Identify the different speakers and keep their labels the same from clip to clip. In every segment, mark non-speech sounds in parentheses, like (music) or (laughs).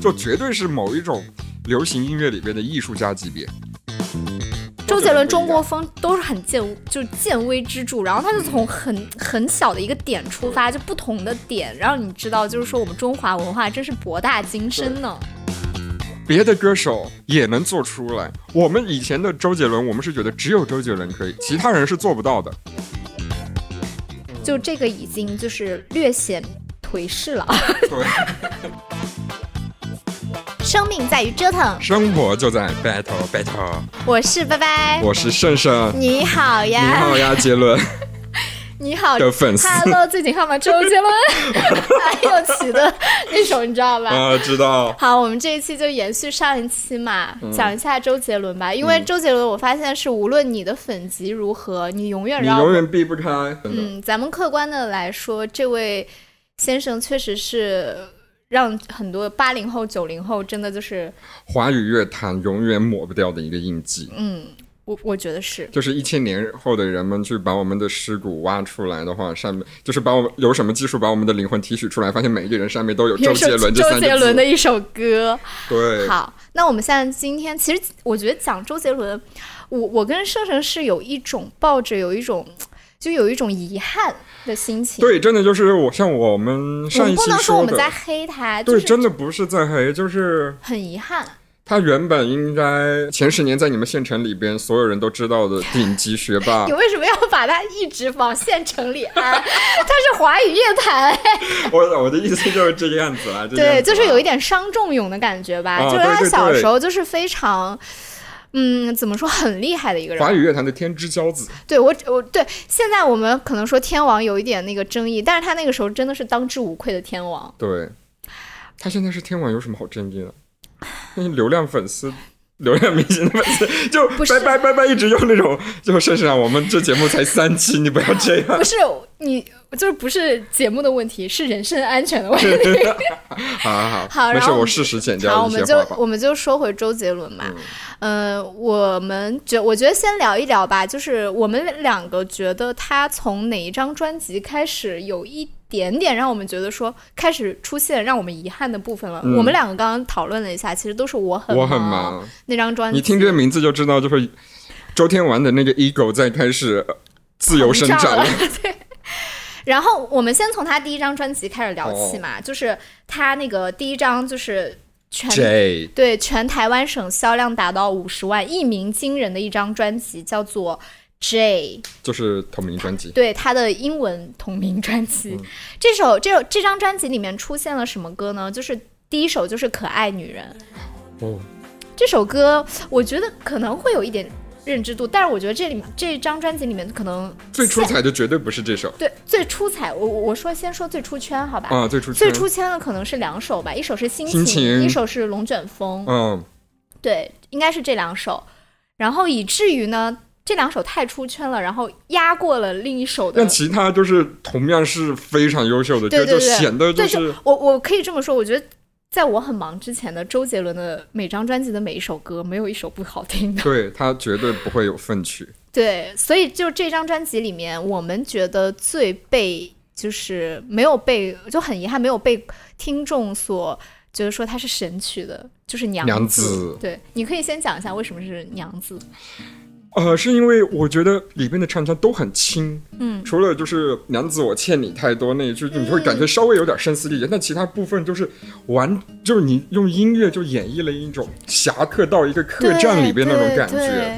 Speaker 1: 就绝对是某一种流行音乐里边的艺术家级别。
Speaker 2: 周杰伦中国风都是很见就是见微知著，然后他就从很很小的一个点出发，就不同的点，让你知道，就是说我们中华文化真是博大精深呢。
Speaker 1: 别的歌手也能做出来，我们以前的周杰伦，我们是觉得只有周杰伦可以，其他人是做不到
Speaker 2: (laughs)
Speaker 1: 的。
Speaker 2: 就这个已经就是略显颓势了。
Speaker 1: 对，
Speaker 2: (laughs) 生命在于折腾。
Speaker 1: 生活就在 battle battle。
Speaker 2: 我是拜拜，
Speaker 1: 我是胜胜，
Speaker 2: 你好呀，
Speaker 1: 你好呀，杰伦。
Speaker 2: 你好
Speaker 1: (laughs) 的粉丝
Speaker 2: ，Hello，最近看吗？周杰 (laughs) 伦还有齐的那首，你知道吧？
Speaker 1: 啊，知道。
Speaker 2: 好，我们这一期就延续上一期嘛，
Speaker 1: 嗯
Speaker 2: 讲一下周杰伦吧。因为周杰伦，我发现是无论你的粉籍如何，你永远
Speaker 1: 你
Speaker 2: 让
Speaker 1: 永远避不开。真的
Speaker 2: 嗯，咱们客观的来说，这位先生确实是让很多八零后、九零后真的就是，
Speaker 1: 华语乐坛永远抹不掉的一个印记，
Speaker 2: 嗯，我我觉得是。
Speaker 1: 就是一千年后的人们去把我们的尸骨挖出来的话，上面就是把我们有什么技术把我们的灵魂提取出来，发现每一个人上面都有周
Speaker 2: 也是
Speaker 1: 杰伦这
Speaker 2: 周
Speaker 1: 三
Speaker 2: 杰
Speaker 1: 个
Speaker 2: 伦
Speaker 1: 字。
Speaker 2: 的一首歌，
Speaker 1: 对，
Speaker 2: 好，那我们现在今天，其实我觉得讲周杰伦，我我跟盛盛是有一种抱着有一种就有一种遗憾的心情。，
Speaker 1: 对，真的就是我像我们
Speaker 2: 我
Speaker 1: 上
Speaker 2: 们
Speaker 1: 一
Speaker 2: 不
Speaker 1: 期
Speaker 2: 能说我
Speaker 1: 说
Speaker 2: 们
Speaker 1: 的，
Speaker 2: 在黑他，就
Speaker 1: 对，
Speaker 2: 是
Speaker 1: 真的不是在黑，就是
Speaker 2: 很遗憾。
Speaker 1: 他原本应该前十年在你们县城里边所有人都知道的顶级学
Speaker 2: (laughs)
Speaker 1: 霸
Speaker 2: 你，为什么要把他一直往县城里安？ (laughs) 他是华语乐坛，
Speaker 1: 我我的意思就是这个样子啦。这个样子啊
Speaker 2: 对，就是有
Speaker 1: 啦
Speaker 2: 一点伤仲永的感觉吧，
Speaker 1: 啊
Speaker 2: 就是他
Speaker 1: 对对
Speaker 2: 小
Speaker 1: 对
Speaker 2: 时候就是非常。嗯，怎么说很厉害的一个人吧，
Speaker 1: 华语乐坛的天之骄子，
Speaker 2: 对我，我对现在我们可能说天王有一点那个争议，但是他那个时候真的是当之无愧的天王。
Speaker 1: 对，他现在是天王，有什么好震惊的？那些流量粉丝。流量明星的粉
Speaker 2: (laughs)
Speaker 1: 丝就
Speaker 2: 不是
Speaker 1: 拜拜拜拜，一直用那种，就甚至啊，我们这节目才三期，你不要这样 (laughs)
Speaker 2: 不。是你，就是不是节目的问题，是人身安全的问题。
Speaker 1: 好好
Speaker 2: 好
Speaker 1: 没
Speaker 2: 然
Speaker 1: 事，
Speaker 2: 后
Speaker 1: 我适时剪
Speaker 2: 好，
Speaker 1: 掉
Speaker 2: 我
Speaker 1: 一
Speaker 2: 们
Speaker 1: 些
Speaker 2: 就
Speaker 1: 话吧。
Speaker 2: 我们就说回周杰伦嘛，嗯、呃，我们觉我觉得先聊一聊吧，就是我们两个觉得他从哪一张专辑开始有一点点让我们觉得说开始出现让我们遗憾的部分了。
Speaker 1: 嗯
Speaker 2: 我们两个刚刚讨论了一下，其实都是我很
Speaker 1: 我很
Speaker 2: 忙
Speaker 1: 忙，
Speaker 2: 那张专辑，
Speaker 1: 你听这个名字就知道，就是周天王的那
Speaker 2: (laughs)
Speaker 1: 个 ego 在开始自由生长
Speaker 2: 了。 (laughs)
Speaker 1: (laughs)
Speaker 2: 对。然后我们先从他第一张专辑开始聊
Speaker 1: 哦
Speaker 2: 起嘛，就是他那个第一张就是全
Speaker 1: J，
Speaker 2: 对全台湾省销量达到五十万，一鸣惊人的一张专辑，叫做。J
Speaker 1: 就是同名专辑。
Speaker 2: 对他的英文同名专辑，
Speaker 1: 嗯
Speaker 2: (laughs) 这首这首这张专辑里面出现了什么歌呢？就是第一首就是《可爱女人》
Speaker 1: 哦，
Speaker 2: 这首歌，我觉得可能会有一点认知度，但是我觉得这里面这张专辑里面可能
Speaker 1: 最出
Speaker 2: 现
Speaker 1: 彩的绝对不是这首
Speaker 2: 对，最出彩，我我我说先说最出圈好吧？
Speaker 1: 啊，最出
Speaker 2: 最
Speaker 1: 圈
Speaker 2: 出圈的可能是两首吧，一首是心
Speaker 1: 心情
Speaker 2: 一首是龙卷风，
Speaker 1: 嗯，
Speaker 2: 对，应该是这两首。然后以至于呢，这两首太出圈了，然后压过了另一首的
Speaker 1: 但。其他就是同样是非常优秀的
Speaker 2: 对
Speaker 1: 歌，
Speaker 2: 对
Speaker 1: 就
Speaker 2: 对，
Speaker 1: 显得就
Speaker 2: 对
Speaker 1: 是
Speaker 2: 我我可以这么说，我觉得在我很忙之前的周杰伦的每张专辑的每一首歌，没有一首不好听
Speaker 1: (laughs)
Speaker 2: 的。
Speaker 1: 对他绝对不会有分区。
Speaker 2: 对，所以就这张专辑里面，我们觉得最被就是没有被就很遗憾没有被听众所觉得说它是神曲的，就是娘
Speaker 1: 娘子
Speaker 2: 对，你可以先讲一下为什么是娘子。
Speaker 1: 呃，是因为我觉得里边的唱腔都很轻，
Speaker 2: 嗯，
Speaker 1: 除了就是“娘子，我欠你太多”那一句，就你会感觉稍微有点声嘶力竭，但其他部分就是完，就是你用音乐就演绎了一种侠客到一个客栈里边那种感
Speaker 2: 对
Speaker 1: 觉，
Speaker 2: 对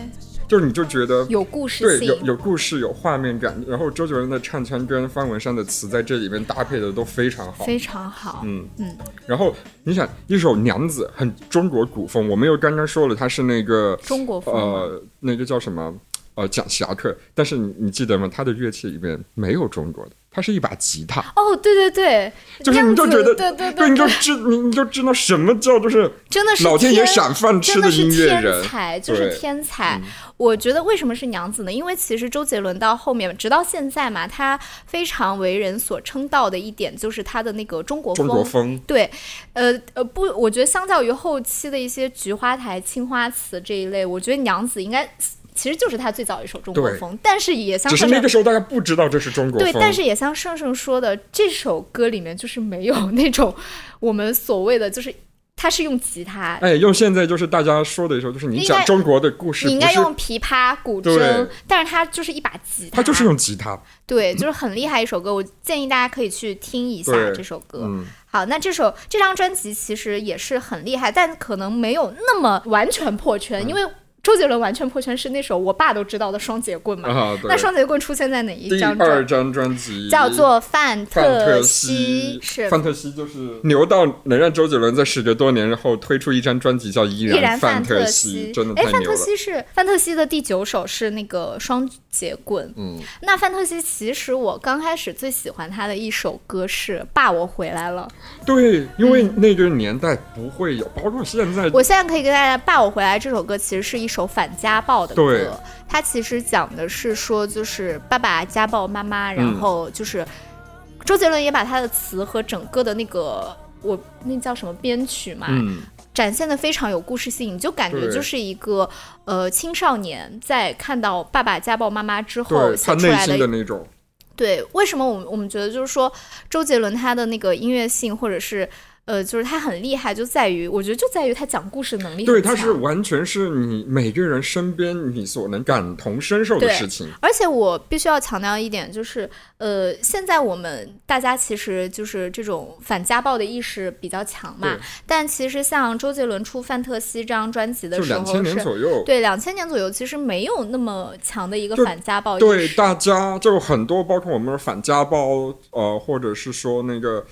Speaker 1: 就是你就觉得
Speaker 2: 有故事
Speaker 1: 对，
Speaker 2: 性
Speaker 1: 有。有故事，有画面感，然后周杰伦的唱腔跟方文山的词在这里面搭配的都非常好。
Speaker 2: 非常好，
Speaker 1: 嗯
Speaker 2: 嗯，
Speaker 1: 然后你想，一首《娘子》很中国古风，我们又刚刚说了，它是那个
Speaker 2: 中国风嘛、
Speaker 1: 呃那个叫什么呃讲侠客，但是你你记得吗？他的乐器里面没有中国的，它是一把吉他，
Speaker 2: 哦，对对对，
Speaker 1: 就是你就
Speaker 2: 娘
Speaker 1: 觉得
Speaker 2: 子对对
Speaker 1: 对，你就知你你就知道什么叫就是
Speaker 2: 真的是
Speaker 1: 老天爷
Speaker 2: 天
Speaker 1: 赏饭吃
Speaker 2: 真的是
Speaker 1: 音乐
Speaker 2: 天
Speaker 1: 人，
Speaker 2: 才，就是
Speaker 1: 对嗯
Speaker 2: 天才。我觉得为什么是娘子呢？因为其实周杰伦到后面，直到现在嘛，他非常为人所称道的一点就是他的那个中国
Speaker 1: 中
Speaker 2: 风。
Speaker 1: 国风。
Speaker 2: 对，呃呃，不，我觉得相较于后期的一些菊花台、青花瓷这一类，我觉得娘子应该其实就是他最早一首中国
Speaker 1: 对
Speaker 2: 风，但是也像
Speaker 1: 只是
Speaker 2: 盛
Speaker 1: 那
Speaker 2: 盛
Speaker 1: 个时候大家不知道这是中国
Speaker 2: 对，
Speaker 1: 风，
Speaker 2: 但是也像盛盛说的，这首歌里面就是没有那种我们所谓的就是。他是用吉他，
Speaker 1: 哎，用现在就是大家说的时候，就是你
Speaker 2: 应
Speaker 1: 讲
Speaker 2: 该
Speaker 1: 中国的故事，
Speaker 2: 你应
Speaker 1: 不
Speaker 2: 该
Speaker 1: 是
Speaker 2: 用琵琶、古筝
Speaker 1: 对，
Speaker 2: 但是他就是一把吉他，
Speaker 1: 他就是用吉他，
Speaker 2: 对，就是很厉害一首歌。我建议大家可以去听一下
Speaker 1: 对
Speaker 2: 这首歌。
Speaker 1: 嗯，
Speaker 2: 好，那这首这张专辑其实也是很厉害，但可能没有那么完全破
Speaker 1: 嗯
Speaker 2: 圈，因为周杰伦完全破圈是那首我爸都知道的《双截棍》嘛。
Speaker 1: 啊，对
Speaker 2: 那，双截棍出现在哪一
Speaker 1: 第
Speaker 2: 张
Speaker 1: 二张
Speaker 2: 专？
Speaker 1: 专辑
Speaker 2: 叫做范
Speaker 1: 范特
Speaker 2: 西
Speaker 1: 西，，
Speaker 2: 是
Speaker 1: 范特西就是牛到能让周杰伦在时隔多年后推出一张专辑叫《依
Speaker 2: 依然
Speaker 1: 范
Speaker 2: 特
Speaker 1: 西》，真的
Speaker 2: 哎，
Speaker 1: 太
Speaker 2: 范
Speaker 1: 牛
Speaker 2: 特
Speaker 1: 了。
Speaker 2: 西是范特西的第九首是那个双截棍。
Speaker 1: 嗯，
Speaker 2: 那范特西其实我刚开始最喜欢他的一首歌是《爸，我回来了》。
Speaker 1: 对，因为那个年代不会有，包括现在，
Speaker 2: 嗯我现在可以跟大家，《爸，我回来》这首歌其实是一首反家暴的
Speaker 1: 对
Speaker 2: 歌，它其实讲的是说，就是爸爸家暴妈妈，
Speaker 1: 嗯
Speaker 2: 然后就是、周杰伦也把他的词和整个的那个我那叫什么编曲嘛，
Speaker 1: 嗯，
Speaker 2: 展现的非常有故事性，你就感觉
Speaker 1: 对
Speaker 2: 就是一个呃青少年在看到爸爸家暴妈妈之后
Speaker 1: 对
Speaker 2: 写
Speaker 1: 他
Speaker 2: 出
Speaker 1: 内
Speaker 2: 来
Speaker 1: 心
Speaker 2: 的
Speaker 1: 的那种，
Speaker 2: 对，为什么我们我们觉得就是说周杰伦他的那个音乐性或者是呃就是他很厉害，就在于我觉得就在于他讲故事能力
Speaker 1: 对，
Speaker 2: 很
Speaker 1: 他
Speaker 2: 强。
Speaker 1: 是完全是你每个人身边你所能感同身受的
Speaker 2: 对
Speaker 1: 事情，
Speaker 2: 而且我必须要强调一点，就是呃，现在我们大家其实就是这种反家暴的意识比较强嘛
Speaker 1: 对，
Speaker 2: 但其实像周杰伦出《范特西》这张专辑的
Speaker 1: 就
Speaker 2: 时
Speaker 1: 两
Speaker 2: 候
Speaker 1: 千
Speaker 2: 是
Speaker 1: 年左右，
Speaker 2: 对，两千年左右其实没有那么强的一个
Speaker 1: 就
Speaker 2: 反家暴意
Speaker 1: 对
Speaker 2: 识。
Speaker 1: 大家就很多，包括我们反家暴，呃，或者是说那个，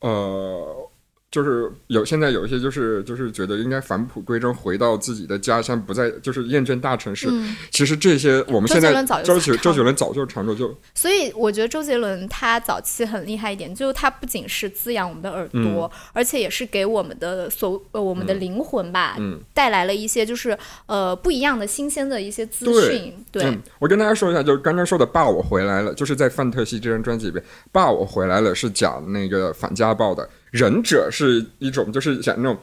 Speaker 1: 呃，就是有现在有一些就是就是觉得应该返璞归真，回到自己的家乡，不再就是厌倦大城市。
Speaker 2: 嗯，
Speaker 1: 其实这些我们
Speaker 2: 周
Speaker 1: 现
Speaker 2: 杰
Speaker 1: 在
Speaker 2: 伦早就
Speaker 1: 周杰
Speaker 2: 尝
Speaker 1: 周杰伦早就尝着就
Speaker 2: 所以我觉得周杰伦他早期很厉害一点，就是他不仅是滋养我们的耳朵，
Speaker 1: 嗯
Speaker 2: 而且也是给我们的所呃我们的灵魂吧，
Speaker 1: 嗯
Speaker 2: 带来了一些就是呃不一样的新鲜的一些资
Speaker 1: 对
Speaker 2: 讯。对，
Speaker 1: 嗯，我跟大家说一下，就是刚刚说的《爸，我回来了》，就是在范特西这张专辑里边，《爸，我回来了》是讲那个反家暴的，《忍者》是一种就是讲那种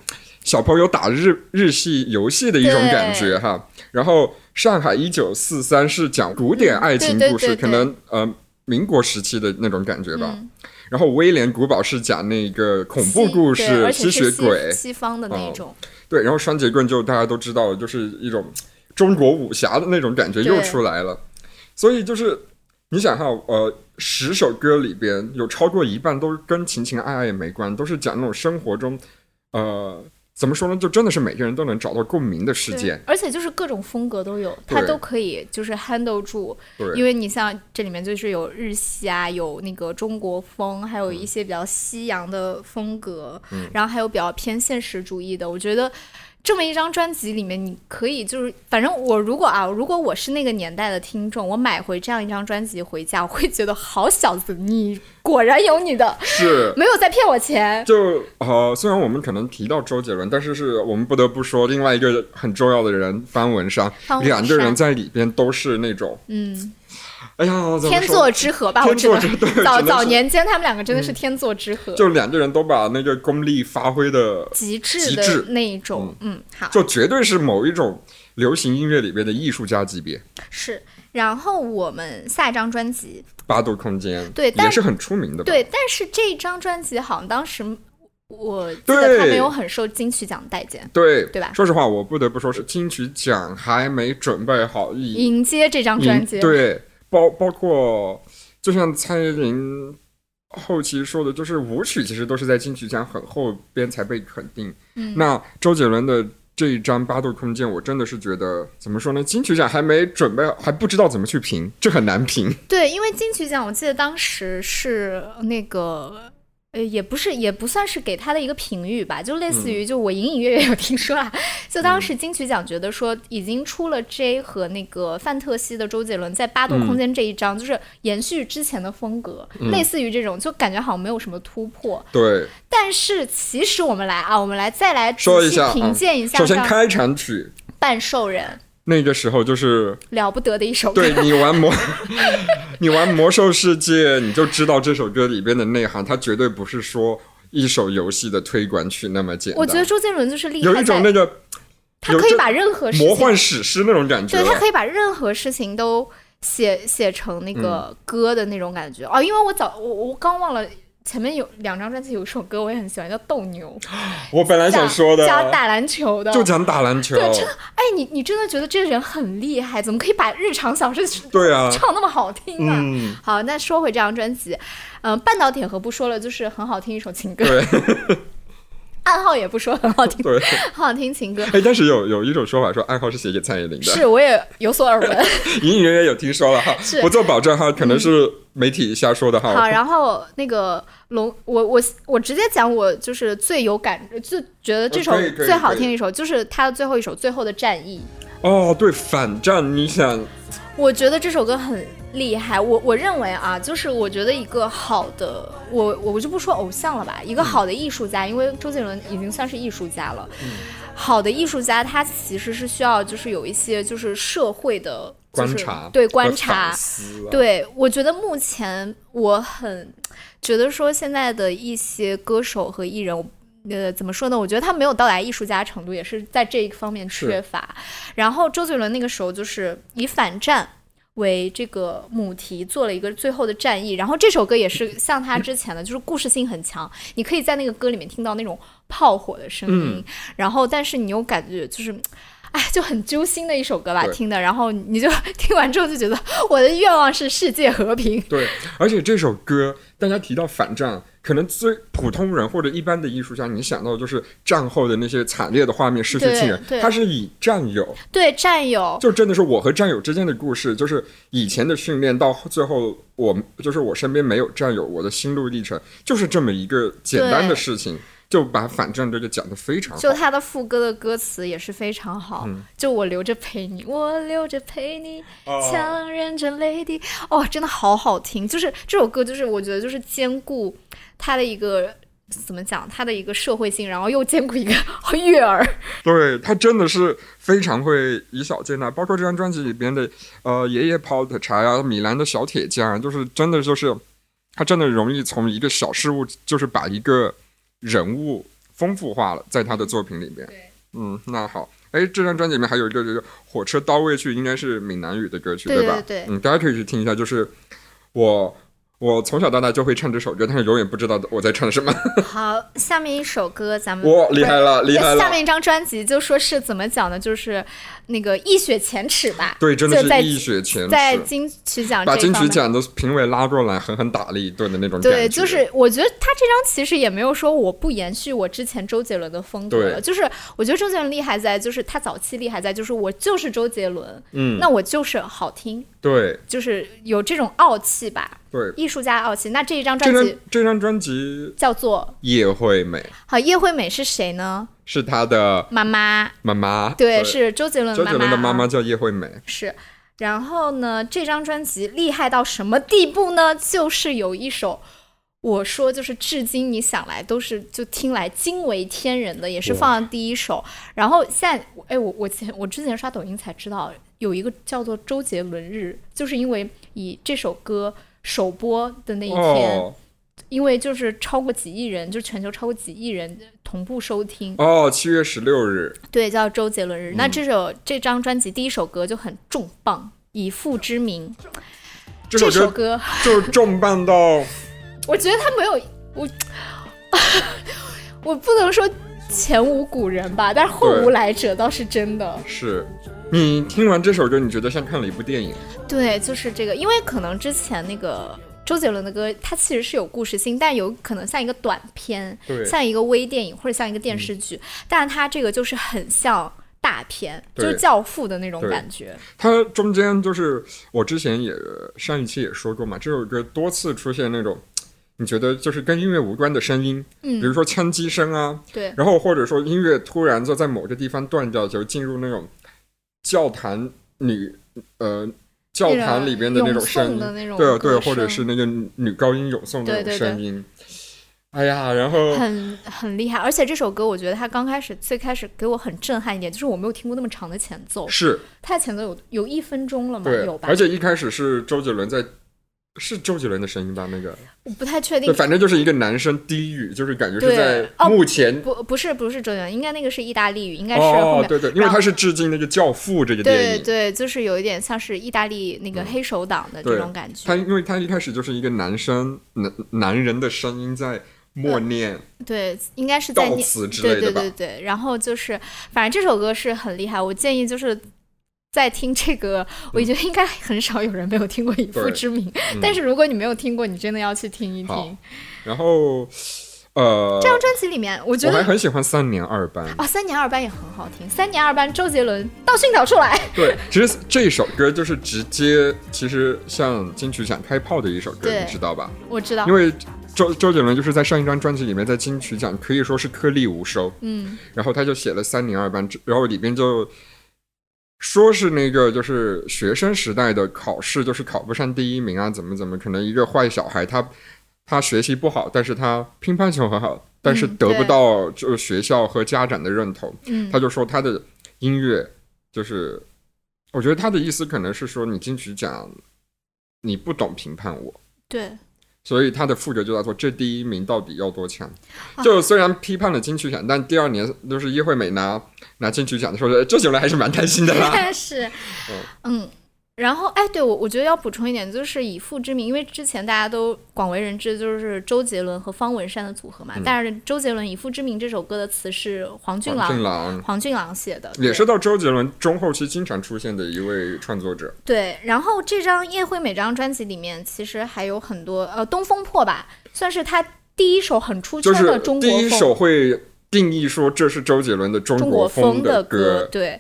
Speaker 1: 小朋友打日日系游戏的一种
Speaker 2: 对
Speaker 1: 感觉哈。然后《上海一九四三》是讲古典爱情
Speaker 2: 嗯对对
Speaker 1: 故事，
Speaker 2: 对嗯
Speaker 1: 可能呃民国时期的那种感觉吧。然后《威廉古堡》是讲那个恐怖
Speaker 2: 西
Speaker 1: 故
Speaker 2: 对
Speaker 1: 事、
Speaker 2: 而且
Speaker 1: 吸血
Speaker 2: 是西
Speaker 1: 鬼，
Speaker 2: 西方的那
Speaker 1: 嗯
Speaker 2: 种。
Speaker 1: 对，然后双截棍就大家都知道了，就是一种中国武侠的那种感觉
Speaker 2: 对
Speaker 1: 又出来了。所以就是你想哈，呃，十首歌里边有超过一半都跟情情爱爱也没关，都是讲那种生活中，呃，怎么说呢，就真的是每个人都能找到共鸣的事
Speaker 2: 对
Speaker 1: 件。
Speaker 2: 而且就是各种风格都有，它
Speaker 1: 对
Speaker 2: 都可以就是 handle 住。
Speaker 1: 对
Speaker 2: 因为你像这里面就是有日系啊，有那个中国风，
Speaker 1: 嗯
Speaker 2: 还有一些比较西洋的风格，然后还有比较偏现实主义的。我觉得这么一张专辑里面，你可以就是，反正我如果啊，如果我是那个年代的听众，我买回这样一张专辑回家，我会觉得好小子，你果然有你的，
Speaker 1: 是。
Speaker 2: 没有在骗我钱。
Speaker 1: 就呃，虽然我们可能提到周杰伦，但是是我们不得不说另外一个很重要的人方文山，
Speaker 2: 方文
Speaker 1: 两个
Speaker 2: 山
Speaker 1: 人在里边都是那种，
Speaker 2: 嗯，
Speaker 1: 哎呀， (laughs) 怎么
Speaker 2: 天
Speaker 1: 说
Speaker 2: 作之合吧，我
Speaker 1: 天
Speaker 2: 只
Speaker 1: 作 (laughs)
Speaker 2: 能
Speaker 1: 之对
Speaker 2: 早
Speaker 1: 只能
Speaker 2: 早
Speaker 1: 是
Speaker 2: 年间他们两个真的是天作之合。
Speaker 1: 就两个人都把那个功力发挥的，
Speaker 2: 极致
Speaker 1: 极
Speaker 2: 的
Speaker 1: 致
Speaker 2: 那一种，嗯，好
Speaker 1: 就绝对是某一种流行音乐里边的艺术家级别。
Speaker 2: 是。然后我们下一张专辑，
Speaker 1: 八度空间
Speaker 2: 对但
Speaker 1: 也是很出名的吧？
Speaker 2: 对，但是这张专辑好像当时我记得
Speaker 1: 对
Speaker 2: 他没有很受金曲奖待见，
Speaker 1: 对
Speaker 2: 对吧
Speaker 1: 说实话，我不得不说是金曲奖还没准备好一
Speaker 2: 迎接这张专
Speaker 1: 嗯
Speaker 2: 辑，
Speaker 1: 对，包包括就像蔡依林后期说的，就是舞曲其实都是在金曲奖很后边才被肯定。
Speaker 2: 嗯
Speaker 1: 那周杰伦的。这一张《八度空间》，我真的是觉得怎么说呢？金曲奖还没准备，还不知道怎么去评，这很难评。
Speaker 2: 对，因为金曲奖我记得当时是那个。呃，也不是，也不算是给他的一个评语吧，就类
Speaker 1: 嗯
Speaker 2: 似于，就我隐隐约约有听说啊，就当时金曲奖觉得说，已经出了 J 和那个范特西的周杰伦在《八度
Speaker 1: 嗯
Speaker 2: 空间》这一章，就是延续之前的风格，类似于这种，就感觉好像没有什么突破。
Speaker 1: 对，
Speaker 2: 但是其实我们来啊，我们来再来仔
Speaker 1: 说一
Speaker 2: 细
Speaker 1: 下啊
Speaker 2: 评鉴一下
Speaker 1: 首先
Speaker 2: 像
Speaker 1: 开场曲
Speaker 2: 半兽人
Speaker 1: 那个时候就是
Speaker 2: 了不得的一首歌，
Speaker 1: 对你玩
Speaker 2: (laughs)
Speaker 1: 魔，你玩魔兽世界，你就知道这首歌里边的内涵，它绝对不是说一首游戏的推广曲那么简单。
Speaker 2: 我觉得周杰伦就是厉
Speaker 1: 有
Speaker 2: 害
Speaker 1: 一种
Speaker 2: 在，
Speaker 1: 那个
Speaker 2: 他
Speaker 1: 有
Speaker 2: 可以
Speaker 1: 这
Speaker 2: 把任何事情
Speaker 1: 魔幻史诗那种感觉
Speaker 2: 对他
Speaker 1: 了。
Speaker 2: 可以把任何事
Speaker 1: 嗯
Speaker 2: 情哦都写写成那个歌的那种感觉、啊！因为我早我我刚忘了前面有两张专辑，有一首歌我也很喜欢，叫《斗牛》，
Speaker 1: 我本来想说的，
Speaker 2: 讲打篮球的，
Speaker 1: 就讲打篮球， (laughs)
Speaker 2: 对，真的，哎，你你真的觉得这个人很厉害，怎么可以把日常小事
Speaker 1: 对啊，
Speaker 2: 唱那么好听啊？
Speaker 1: 嗯，
Speaker 2: 好，那说回这张专辑，嗯、半岛铁盒不说了，就是很好听一首情歌，
Speaker 1: 对
Speaker 2: (laughs) 暗号也不说很好听，
Speaker 1: 对。
Speaker 2: 很好听情歌。
Speaker 1: 哎，但是有有一种说法说暗号是写给蔡依林的，
Speaker 2: 是，我也有所耳闻。
Speaker 1: 隐隐约约有听说了哈
Speaker 2: 是，嗯
Speaker 1: 不做保证哈，可能是媒体瞎说的哈。
Speaker 2: 好，然后那个龙，我我我直接讲，我就是最有感，最觉得这首
Speaker 1: 呃可以可以
Speaker 2: 最好听的一首，就是他的最后一首《最后的战役
Speaker 1: 哦，对，反战，你想，》。
Speaker 2: 我觉得这首歌很厉害，我我认为啊，就是我觉得一个好的，我我就不说偶像了吧，一
Speaker 1: 嗯
Speaker 2: 个好的艺术家，因为周杰伦已经算是艺术家了。
Speaker 1: 嗯
Speaker 2: 好的艺术家，他其实是需要就是有一些就是社会的、就是
Speaker 1: 观察
Speaker 2: 对观察
Speaker 1: 反，思啊，
Speaker 2: 对，我觉得目前我很觉得说现在的一些歌手和艺人，呃，怎么说呢？我觉得他没有到达艺术家程度，也是在这一方面缺
Speaker 1: 是
Speaker 2: 乏。然后周杰伦那个时候就是以反战。为这个母题做了一个最后的战役，然后这首歌也是像他之前的，就是故事性很强，你可以在那个歌里面听到那种炮火的声音，
Speaker 1: 嗯
Speaker 2: 然后但是你又感觉就是，哎，就很揪心的一首歌吧，
Speaker 1: 对
Speaker 2: 听的，然后你就 (laughs) 听完之后就觉得我的愿望是世界和平，
Speaker 1: 对，而且这首歌，大家提到反战，可能最普通人或者一般的艺术家，你想到就是战后的那些惨烈的画面，失去
Speaker 2: 对
Speaker 1: 亲人
Speaker 2: 对，
Speaker 1: 他是以战友，
Speaker 2: (laughs) 对战友，
Speaker 1: 就真的是我和战友之间的故事，就是以前的训练到最后，我就是我身边没有战友，我的心路历程就是这么一个简单的事情，就把反战这个讲得非常好
Speaker 2: 就。他的副歌的歌词也是非常好，
Speaker 1: 嗯
Speaker 2: 就我留着陪你，我留着陪你，
Speaker 1: 哦
Speaker 2: 强忍着泪滴，哦，真的好好听，就是这首歌，就是我觉得就是兼顾他的一个。怎么讲？他的一个社会性，然后又兼顾一个 (laughs) 悦耳，
Speaker 1: 对他真的是非常会以小见大，包括这张专辑里边的呃爷爷泡的茶呀、米兰的小铁匠啊，就是真的就是他真的容易从一个小事物，就是把一个人物丰富化了，在他的作品里边。嗯，那好。哎，这张专辑里面还有一个这个《火车到位去》，应该是闽南语的歌曲，
Speaker 2: 对
Speaker 1: 吧？
Speaker 2: 对对
Speaker 1: 嗯，大家可以去听一下。就是我，我从小到大就会唱这首歌，但是永远不知道我在唱什
Speaker 2: 嗯
Speaker 1: (laughs) 么。
Speaker 2: 好，下面一首歌，咱们
Speaker 1: 哇，厉害了，厉害了！
Speaker 2: 下面一张专辑就说是怎么讲呢？就是那个一雪前耻吧，
Speaker 1: 对，真的
Speaker 2: 就在
Speaker 1: 是一雪前耻。
Speaker 2: 在金曲奖
Speaker 1: 把
Speaker 2: 啊这一
Speaker 1: 金
Speaker 2: 方
Speaker 1: 曲
Speaker 2: 面。
Speaker 1: 奖的评委拉过来，狠狠打了一顿的那种感觉。
Speaker 2: 对，就是我觉得他这张其实也没有说我不延续我之前周杰伦的风格
Speaker 1: 对
Speaker 2: 了，就是我觉得周杰伦厉害在就是他早期厉害在就是我就是周杰伦，
Speaker 1: 嗯，
Speaker 2: 那我就是好听，
Speaker 1: 对
Speaker 2: 就是有这种傲气吧，
Speaker 1: 对。
Speaker 2: 艺术家的傲气。那这一张
Speaker 1: 这
Speaker 2: 专
Speaker 1: 张
Speaker 2: 辑
Speaker 1: 这张专辑
Speaker 2: 叫做
Speaker 1: 叶惠美
Speaker 2: 好，叶惠美是谁呢？
Speaker 1: 是她的
Speaker 2: 妈妈，
Speaker 1: 妈妈，
Speaker 2: 对，是周杰伦
Speaker 1: 周杰伦的妈
Speaker 2: 啊
Speaker 1: 妈叫叶惠美，
Speaker 2: 是。然后呢，这张专辑厉害到什么地步呢？就是有一首，我说就是至今你想来都是就听来惊为天人的，也是
Speaker 1: 哇
Speaker 2: 放在第一首。然后现在，哎，我我前我之前刷抖音才知道有一个叫做周杰伦日，就是因为以这首歌首播的那一天，
Speaker 1: 哦
Speaker 2: 因为就是超过几亿人，就是全球超过几亿人同步收听，
Speaker 1: 哦，七月十六日，
Speaker 2: 对，叫周杰伦日。那
Speaker 1: 嗯
Speaker 2: 这首这张专辑第一首歌就很重磅，《以父之名》
Speaker 1: 这首歌
Speaker 2: 首歌， (laughs)
Speaker 1: 就是重磅到，
Speaker 2: 我觉得他没有我，我不能说前无古人吧，但是后无
Speaker 1: 对
Speaker 2: 来者倒是真的。
Speaker 1: 是你听完这首歌，你觉得像看了一部电影，
Speaker 2: 对，就是这个，因为可能之前那个。周杰伦的歌，它其实是有故事性，但有可能像一个短片，
Speaker 1: 对嗯
Speaker 2: 像一个微电影或者像一个电视剧，但它这个就是很像大片，就
Speaker 1: 对
Speaker 2: 是《教父》的那种
Speaker 1: 对
Speaker 2: 感觉。
Speaker 1: 它中间就是我之前也上一期也说过嘛，这首歌多次出现那种你觉得就是跟音乐无关的声音，
Speaker 2: 嗯
Speaker 1: 比如说枪击声啊，
Speaker 2: 对
Speaker 1: 然后或者说音乐突然就在某个地方断掉，就进入那种教堂女呃教堂里边的那种声
Speaker 2: 那种
Speaker 1: 音
Speaker 2: 咏诵的那种，
Speaker 1: 对对，
Speaker 2: 歌
Speaker 1: 或者
Speaker 2: 声
Speaker 1: 是那个女高音咏诵
Speaker 2: 对
Speaker 1: 那种
Speaker 2: 对对
Speaker 1: 声音。哎呀，然后
Speaker 2: 很很厉害，而且这首歌我觉得它刚开始最开始给我很震撼一点，就是我没有听过那么长的前奏，
Speaker 1: 是
Speaker 2: 它的前奏有有一分钟了嘛，
Speaker 1: 对
Speaker 2: 有，吧？
Speaker 1: 而且一开始是周杰伦在是周杰伦的声音吧？那个
Speaker 2: 我不太确定
Speaker 1: 对，。反正就是一个男生低语，就是感觉是
Speaker 2: 对
Speaker 1: 在
Speaker 2: 哦
Speaker 1: 幕前。
Speaker 2: 不，不是，不是周杰伦，应该那个是意大利语，应该是后
Speaker 1: 哦
Speaker 2: 面，
Speaker 1: 对对，因为
Speaker 2: 然后
Speaker 1: 他是致敬那个《教父》这个电
Speaker 2: 对
Speaker 1: 影。
Speaker 2: 对，就是有一点像是意大利那个黑手党的
Speaker 1: 嗯
Speaker 2: 这
Speaker 1: 对
Speaker 2: 种感觉。
Speaker 1: 他因为他一开始就是一个男生男男人的声音在默念
Speaker 2: 对，应该是在
Speaker 1: 悼
Speaker 2: 念。
Speaker 1: 词之
Speaker 2: 对
Speaker 1: 类
Speaker 2: 对
Speaker 1: 的吧
Speaker 2: 对？对，然后就是，反正这首歌是很厉害，我建议就是。在听这个，我觉得应该很少有人没有听过《以父
Speaker 1: 嗯对嗯
Speaker 2: 之名》，但是如果你没有听过，你真的要去听一
Speaker 1: 好
Speaker 2: 听。
Speaker 1: 然后呃，
Speaker 2: 这张专辑里面，我觉
Speaker 1: 我还
Speaker 2: 得
Speaker 1: 很喜欢三年二班。
Speaker 2: (laughs) 啊，三年二班也很好听，三年二班周杰伦到训导处来， (laughs)
Speaker 1: 对，其实这首歌就是直接，其实像金曲奖开炮的一首歌，
Speaker 2: 对
Speaker 1: 你知道吧？
Speaker 2: 我知道
Speaker 1: 因，为周周杰伦就是在上一张专辑里面，在金曲奖可以说是颗粒无收，
Speaker 2: 嗯，
Speaker 1: 然后他就写了三年二班，然后里边就说是那个就是学生时代的考试，就是考不上第一名啊，怎么怎么，可能一个坏小孩他他学习不好，但是他乒乓球很好，但是
Speaker 2: 嗯
Speaker 1: 得不
Speaker 2: 对
Speaker 1: 到就是学校和家长的认同，
Speaker 2: 嗯
Speaker 1: 他就说他的音乐就是，我觉得他的意思可能是说你金曲奖你不懂评判我， (laughs)
Speaker 2: 对，
Speaker 1: 所以他的副歌就在说这第一名到底要多强。
Speaker 2: 啊
Speaker 1: 就虽然批判了金曲奖，但第二年就是叶惠美拿拿金曲奖的时候， (laughs) 周杰伦还是蛮开心的啦。
Speaker 2: 但是，嗯。然后，哎，对我，我觉得要补充一点，就是以父之名，因为之前大家都广为人知，就是周杰伦和方文山的组合嘛。
Speaker 1: 嗯
Speaker 2: 但是周杰伦《以父之名》这首歌的词是黄 (laughs) 俊
Speaker 1: 黄
Speaker 2: 郎，
Speaker 1: 俊郎
Speaker 2: 黄俊郎写的，
Speaker 1: 也
Speaker 2: 对
Speaker 1: 是到周杰伦中后期经常出现的一位创作者。
Speaker 2: 对。然后这张叶惠美这张专辑里面，其实还有很多，呃，《东风破》吧，算是他第一首很出
Speaker 1: 就
Speaker 2: 圈
Speaker 1: 是
Speaker 2: 的中国
Speaker 1: 第
Speaker 2: 风。
Speaker 1: 一首会定义说这是周杰伦的中
Speaker 2: 中国
Speaker 1: 风
Speaker 2: 的
Speaker 1: 歌，
Speaker 2: 对。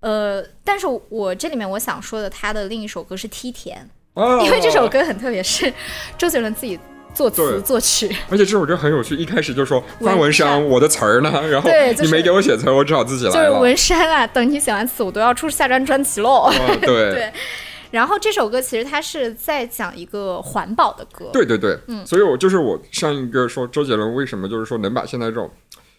Speaker 2: 呃，但是我这里面我想说的，他的另一首歌是《梯田》，
Speaker 1: 哦
Speaker 2: 因为这首歌很特别，是周杰伦自己作词
Speaker 1: 对
Speaker 2: 作曲。
Speaker 1: 而且这首歌很有趣，一开始就说
Speaker 2: 文
Speaker 1: 方文山，
Speaker 2: 山
Speaker 1: 我的词儿呢？然后
Speaker 2: 对就是
Speaker 1: 你没给我写词儿，我只好自己
Speaker 2: 就
Speaker 1: 来
Speaker 2: 是
Speaker 1: 了。
Speaker 2: 文山啊，等你写完词，我都要出下张专辑喽。
Speaker 1: 哦
Speaker 2: (laughs)
Speaker 1: 对
Speaker 2: 对然后这首歌其实它是在讲一个环保的歌，
Speaker 1: 对对对，
Speaker 2: 嗯
Speaker 1: 所以我就是我上一个说周杰伦为什么就是说能把现在这种，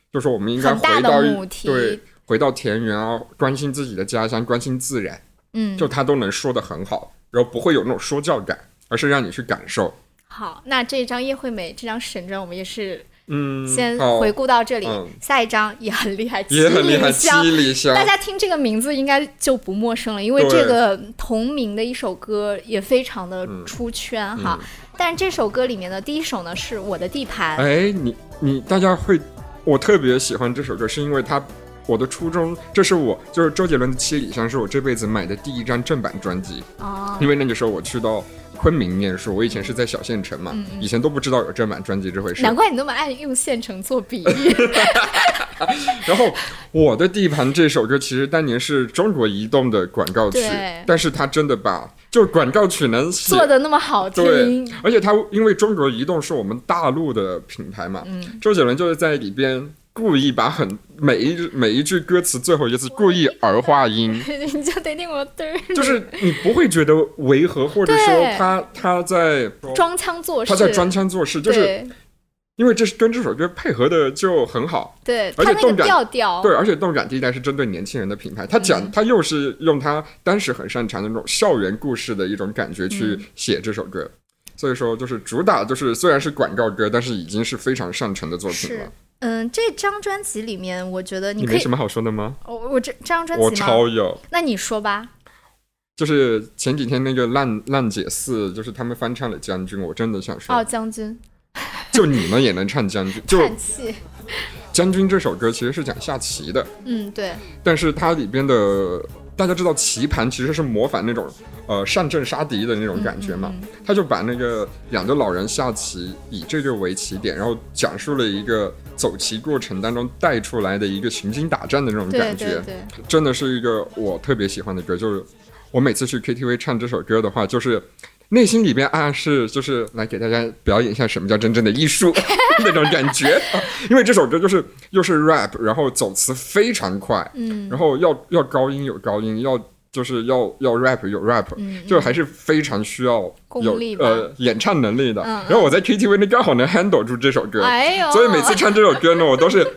Speaker 1: 就是我们应该
Speaker 2: 很大
Speaker 1: 回
Speaker 2: 的
Speaker 1: 到
Speaker 2: 母
Speaker 1: 一
Speaker 2: 题
Speaker 1: 对回到田园啊，关心自己的家乡，关心自然，
Speaker 2: 嗯，
Speaker 1: 就他都能说的很好，然后不会有那种说教感，而是让你去感受。
Speaker 2: 好，那这一张叶惠美这张神专，我们也是
Speaker 1: 嗯，
Speaker 2: 先
Speaker 1: 好
Speaker 2: 回顾到这里，
Speaker 1: 嗯
Speaker 2: 下一张也很厉害，
Speaker 1: 也很厉害，
Speaker 2: 七里香
Speaker 1: 七里香
Speaker 2: 大。家听这个名字应该就不陌生了，因为
Speaker 1: 对
Speaker 2: 这个同名的一首歌也非常的
Speaker 1: 嗯
Speaker 2: 出圈哈。但这首歌里面的第一首呢是《我的地盘》，
Speaker 1: 哎，你你大家会，我特别喜欢这首歌，是因为它。我的初衷，这是我就是周杰伦的《七里香》，是我这辈子买的第一张正版专辑。
Speaker 2: 啊，
Speaker 1: 因为那个时候我去到昆明念书，我以前是在小县城嘛，以前都不知道有正版专辑这回事。
Speaker 2: 嗯难怪你那么爱用县城
Speaker 1: (laughs)
Speaker 2: 做比喻。
Speaker 1: 然后《我的地盘》这首歌其实当年是中国移动的广告曲
Speaker 2: 对，
Speaker 1: 但是它真的把就广告曲能写
Speaker 2: (laughs) 做的那么好听
Speaker 1: 对，，而且它因为中国移动是我们大陆的品牌
Speaker 2: 嗯
Speaker 1: 嘛，周杰伦就是在里边故意把很每一每一句歌词最后一次故意儿化音。
Speaker 2: 你就得令我嘚儿，
Speaker 1: 就是你不会觉得违和，或者说
Speaker 2: 嗯对
Speaker 1: 他他在
Speaker 2: 装腔作势。
Speaker 1: 他在装腔作势，就是
Speaker 2: 对
Speaker 1: 因为这是跟这首歌配合的就很好，
Speaker 2: 对，
Speaker 1: 而
Speaker 2: 他
Speaker 1: 且
Speaker 2: 那
Speaker 1: 动
Speaker 2: 个
Speaker 1: 感
Speaker 2: 调调，
Speaker 1: 对，而且动感地带是针对年轻人的品牌，他讲、
Speaker 2: 嗯
Speaker 1: 他又是用他当时很擅长的那种校园故事的一种感觉
Speaker 2: 嗯
Speaker 1: 去写这首歌，所以说就是主打就是虽然是广告歌，但是已经是非常上乘的作品
Speaker 2: 是
Speaker 1: 了。。
Speaker 2: 嗯，这张专辑里面，我觉得你
Speaker 1: 你
Speaker 2: 可
Speaker 1: 没
Speaker 2: 以
Speaker 1: 什，么好说的吗？
Speaker 2: 我我这这张专
Speaker 1: 我
Speaker 2: 辑吗？
Speaker 1: 超有，
Speaker 2: 那你说吧，
Speaker 1: 就是前几天那个烂烂姐四，就是他们翻唱了《将军》，我真的想说，
Speaker 2: 哦，将军，
Speaker 1: 就你们也能唱《将
Speaker 2: (laughs)
Speaker 1: 军》？就《
Speaker 2: 叹气，
Speaker 1: 将军》这首歌其实是讲下棋的，
Speaker 2: 嗯，对，
Speaker 1: 但是它里边的大家知道棋盘其实是模仿那种呃上阵杀敌的那种感觉嘛，他就把那个两个老人下棋，以这个为起点，然后讲述了一个走棋过程当中带出来的一个群星打战的那种
Speaker 2: 对
Speaker 1: 感
Speaker 2: 对
Speaker 1: 觉，
Speaker 2: 对。
Speaker 1: 真的是一个我特别喜欢的歌，就是我每次去 KTV 唱这首歌的话，就是。内心里边暗示就是来给大家表演一下什么叫真正的艺
Speaker 2: (laughs)
Speaker 1: 术那种感觉，啊因为这首歌就是又是 rap，然后走词非常快，
Speaker 2: 嗯
Speaker 1: 然后要要高音有高音，要就是要要 rap 有 rap，、
Speaker 2: 嗯，
Speaker 1: 就还是非常需要
Speaker 2: 功
Speaker 1: 有
Speaker 2: 力吧
Speaker 1: 呃演唱能力的。
Speaker 2: 嗯嗯
Speaker 1: 然后我在 KTV 那刚好能 handle 住这首歌，
Speaker 2: 哎呦，
Speaker 1: 所以每次唱这首歌呢，我都
Speaker 2: (laughs)
Speaker 1: 是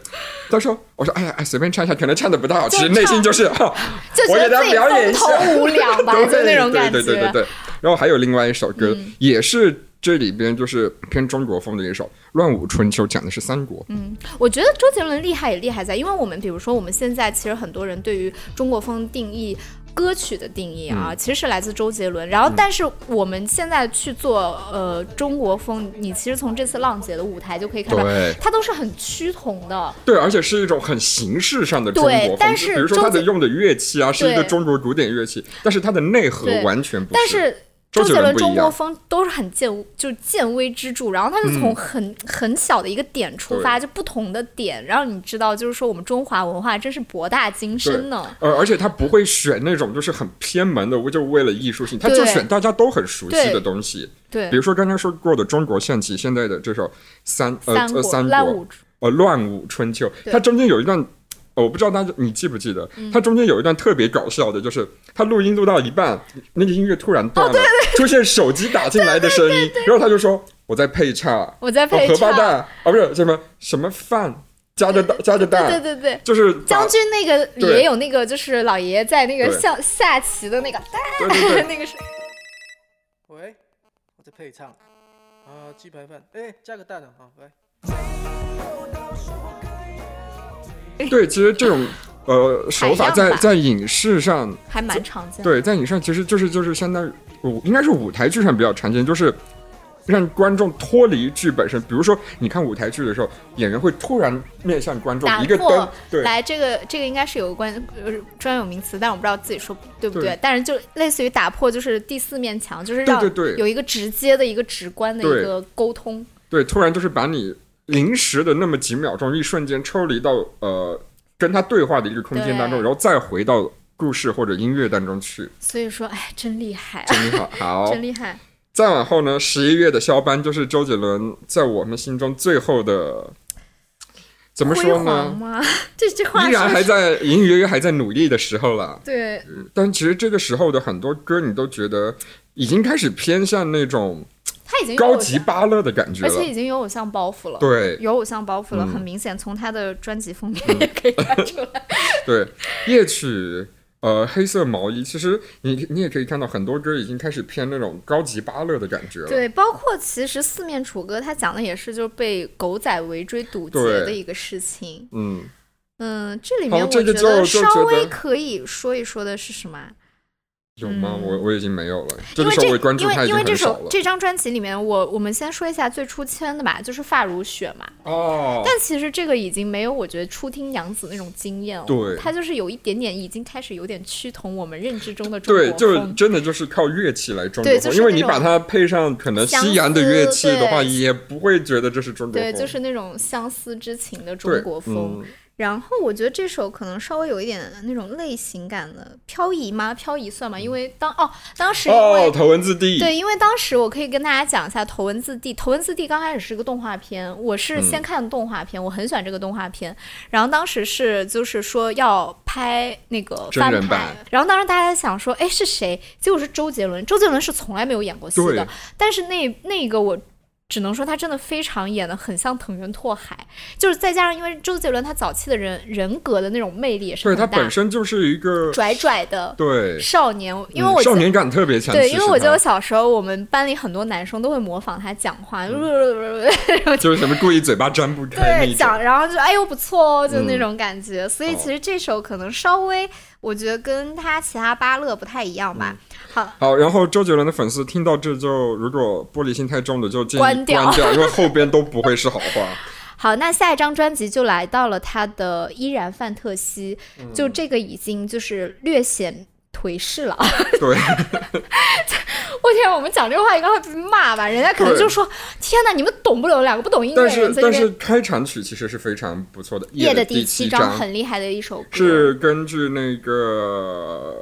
Speaker 1: 他说我说哎呀哎随便唱一下，可能唱的不太好，其实
Speaker 2: 就
Speaker 1: 内心就是、哈 (laughs)
Speaker 2: 就
Speaker 1: 我
Speaker 2: 觉
Speaker 1: 给
Speaker 2: 得
Speaker 1: 大家
Speaker 2: 自己
Speaker 1: 表演一
Speaker 2: 风
Speaker 1: 下
Speaker 2: 头无两吧，就
Speaker 1: 对
Speaker 2: 那种
Speaker 1: 对
Speaker 2: 感觉。嗯
Speaker 1: 对对对对，然后还有另外一首歌，也是这里边就是偏中国风的一首《乱舞春秋》，讲的是三国。
Speaker 2: 嗯，我觉得周杰伦厉害也厉害在，因为我们比如说我们现在其实很多人对于中国风定义。歌曲的定义
Speaker 1: 嗯
Speaker 2: 啊，其实是来自周杰伦。然后，但是我们现在去做呃中国风，你其实从这次浪姐的舞台就可以看到，
Speaker 1: 对
Speaker 2: 它都是很趋同的。
Speaker 1: 对，而且是一种很形式上的中国
Speaker 2: 对
Speaker 1: 风，
Speaker 2: 但
Speaker 1: 就是比如说
Speaker 2: 周
Speaker 1: 它的
Speaker 2: 杰
Speaker 1: 用的乐器啊，是一个
Speaker 2: 对
Speaker 1: 中国古典乐器，但是它的内核
Speaker 2: 对
Speaker 1: 完全不
Speaker 2: 但是
Speaker 1: 周
Speaker 2: 周
Speaker 1: 杰
Speaker 2: 杰
Speaker 1: 伦
Speaker 2: 伦
Speaker 1: 不一
Speaker 2: 中
Speaker 1: 样
Speaker 2: 国风都是很见就是见微知著，然后他就
Speaker 1: 嗯
Speaker 2: 从很、很小的一个点出发，就不同的点，然后你知道，就是说我们中华文化真是博大精深呢。
Speaker 1: 呃，而且他不会选那种就是很偏门的，就为了艺术性，他就
Speaker 2: 对
Speaker 1: 选大家都很熟悉的
Speaker 2: 对
Speaker 1: 东西。
Speaker 2: 对
Speaker 1: 比，如说刚才说过的中国象棋，现在的这首三呃
Speaker 2: 三
Speaker 1: 呃
Speaker 2: 国、
Speaker 1: 三
Speaker 2: 乱
Speaker 1: 国
Speaker 2: 舞
Speaker 1: 呃乱舞春秋，
Speaker 2: 对嗯
Speaker 1: 它中间有一段，呃我不知道大家你记不记得，它中间有一段特别搞笑的，就是他录音录到一半，那个音乐突然断
Speaker 2: 哦
Speaker 1: 了，出现手机打进来的声音，然后他就说我在配叉，
Speaker 2: 我在
Speaker 1: 哦
Speaker 2: 配
Speaker 1: 荷包
Speaker 2: 唱
Speaker 1: 蛋啊不是什么什么饭加着蛋加着蛋，
Speaker 2: 对对对。
Speaker 1: 就是把
Speaker 2: 将军那个
Speaker 1: 对
Speaker 2: 也有那个，就是老爷爷在那
Speaker 1: 对
Speaker 2: 个下下棋的那个，
Speaker 1: 对对对
Speaker 2: 那个是
Speaker 3: 喂，我在配唱，啊，鸡排饭，哎，加个蛋啊，好，来。
Speaker 2: (laughs)
Speaker 1: 对，其实这种呃手法
Speaker 2: 样
Speaker 1: 在
Speaker 2: 吧
Speaker 1: 在影视上，
Speaker 2: 还蛮常见的。
Speaker 1: 对，在影视上其实就是就是相当于舞，应该是舞台剧上比较常见，就是。让观众脱离剧本身，比如说你看舞台剧的时候，演员会突然面向观众
Speaker 2: 打
Speaker 1: 一个灯
Speaker 2: 破，
Speaker 1: 对
Speaker 2: 来，这个这个应该是有个关呃专有名词，但我不知道自己说对不对。
Speaker 1: 对
Speaker 2: 但是就类似于打破，就是第四面墙，就是
Speaker 1: 对
Speaker 2: 让
Speaker 1: 对对
Speaker 2: 有一个直接的一个直观的一
Speaker 1: 对
Speaker 2: 个沟通。
Speaker 1: 对，突然就是把你临时的那么几秒钟，一瞬间抽离到呃跟他对话的一个空间当中，
Speaker 2: 对
Speaker 1: 然后再回到故事或者音乐当中去。
Speaker 2: 所以说，哎，真厉害、啊，
Speaker 1: 真好，好
Speaker 2: 真，厉害。
Speaker 1: 再往后呢，十一月的肖邦就是周杰伦在我们心中最后的，怎么
Speaker 2: 辉
Speaker 1: 说
Speaker 2: 煌
Speaker 1: 呢？
Speaker 2: 吗？ (laughs) 这这话
Speaker 1: 依
Speaker 2: 是
Speaker 1: 然
Speaker 2: 不
Speaker 1: 还
Speaker 2: 是
Speaker 1: 在隐隐约约还在努力的时候了，
Speaker 2: 对
Speaker 1: 但其实这个时候的很多歌，你都觉得已经开始偏向那种
Speaker 2: 他已经有
Speaker 1: 高
Speaker 2: 偶
Speaker 1: 级
Speaker 2: 像，
Speaker 1: 芭乐的感觉
Speaker 2: 而且
Speaker 1: 了。
Speaker 2: 已经有偶像包袱了。
Speaker 1: 对
Speaker 2: 有偶像包袱了，
Speaker 1: 嗯
Speaker 2: 很明显，从他的专辑封面也可以看出来。
Speaker 1: (laughs) 对，夜曲，呃，黑色毛衣，其实你你也可以看到很多歌已经开始偏那种高级芭乐的感觉了。
Speaker 2: 对，包括其实四面楚歌，他讲的也是就是被狗仔围追堵截
Speaker 1: 对
Speaker 2: 的一个事情。
Speaker 1: 嗯，
Speaker 2: 嗯，这里
Speaker 1: 好
Speaker 2: 面我
Speaker 1: 这
Speaker 2: 觉
Speaker 1: 个就
Speaker 2: 得
Speaker 1: 就
Speaker 2: 稍
Speaker 1: 觉
Speaker 2: 微
Speaker 1: 得
Speaker 2: 可以说一说的是什么啊？
Speaker 1: 有吗？
Speaker 2: 嗯
Speaker 1: 我我已经没有了。这个
Speaker 2: 因为
Speaker 1: 时
Speaker 2: 这
Speaker 1: 候我关注
Speaker 2: 因
Speaker 1: 他
Speaker 2: 为
Speaker 1: 已
Speaker 2: 因
Speaker 1: 经
Speaker 2: 为这
Speaker 1: 很少
Speaker 2: 首
Speaker 1: 了。
Speaker 2: 这张专辑里面，我我们先说一下最出圈的吧，就是《发如雪》嘛。
Speaker 1: 哦，
Speaker 2: 但其实这个已经没有我觉得初听杨紫那种惊艳了，哦
Speaker 1: 对
Speaker 2: 它就是有一点点已经开始有点趋同我们认知中的中国
Speaker 1: 对，
Speaker 2: 风。
Speaker 1: 就是真的就是靠乐器来中国
Speaker 2: 对
Speaker 1: 风，
Speaker 2: 就是
Speaker 1: 因为你
Speaker 2: 那种
Speaker 1: 把它配上可能西洋的乐器的话，
Speaker 2: 相思
Speaker 1: 也不会觉得这是中国
Speaker 2: 对，
Speaker 1: 风。
Speaker 2: 就是那种相思之情的
Speaker 1: 对
Speaker 2: 中国风。
Speaker 1: 嗯
Speaker 2: 然后我觉得这首可能稍微有一点那种类型感的漂移吗？漂移算吗？因为当哦，当时因为、
Speaker 1: 嗯哦，头文字 D，
Speaker 2: 对，因为当时我可以跟大家讲一下《头文字 D》。《头文字 D》刚开始是个动画片，我是先
Speaker 1: 嗯
Speaker 2: 看动画片，我很喜欢这个动画片。然后当时是就是说要拍那个
Speaker 1: 真
Speaker 2: 翻
Speaker 1: 人
Speaker 2: 拍
Speaker 1: 版，
Speaker 2: 然后当时大家想说，哎，是谁？结果是周杰伦。周杰伦是从来没有演过戏
Speaker 1: 对
Speaker 2: 的，但是那那个我。只能说他真的非常演的很像藤原拓海，就是再加上因为周杰伦他早期的人人格的那种魅力也是
Speaker 1: 对，
Speaker 2: 很
Speaker 1: 它
Speaker 2: 大，
Speaker 1: 本身就是一个
Speaker 2: 拽拽的
Speaker 1: 对，
Speaker 2: 少年，因为我
Speaker 1: 嗯
Speaker 2: 记
Speaker 1: 少
Speaker 2: 得
Speaker 1: 年感特别强。
Speaker 2: 对，
Speaker 1: 其
Speaker 2: 因为
Speaker 1: 实啊
Speaker 2: 我记得
Speaker 1: 它
Speaker 2: 我小时候，我们班里很多男生都会模仿他讲话，
Speaker 1: 嗯就是什么故意嘴巴张不开那
Speaker 2: 对
Speaker 1: 一种。
Speaker 2: 讲，然后就哎呦不错哦，就
Speaker 1: 嗯哦
Speaker 2: 那种感觉。所以
Speaker 1: 好
Speaker 2: 其实这首可能稍微，我觉得跟他其他芭乐不太一样
Speaker 1: 嗯
Speaker 2: 吧。好，
Speaker 1: 好，然后周杰伦的粉丝听到这就，如果玻璃心太重的就建议
Speaker 2: 关掉
Speaker 1: 关掉，因为后边都不会是好
Speaker 2: (laughs)
Speaker 1: 话。
Speaker 2: 好，那下一张专辑就来到了他的《依然范特西》，
Speaker 1: 嗯
Speaker 2: 就这个已经就是略显。颓势了， (laughs)
Speaker 1: 对，
Speaker 2: 我天！我们讲这话应该会被骂吧？人家可能
Speaker 1: 对
Speaker 2: 就说：“天哪，你们懂不了，两个不懂音乐
Speaker 1: 但
Speaker 2: 人
Speaker 1: 是
Speaker 2: 在这
Speaker 1: 但
Speaker 2: 边。
Speaker 1: 是开场曲其实是非常不错的，”《
Speaker 2: 夜
Speaker 1: 的
Speaker 2: 的第
Speaker 1: 七
Speaker 2: 七章很厉害的一首歌，
Speaker 1: 是根据那个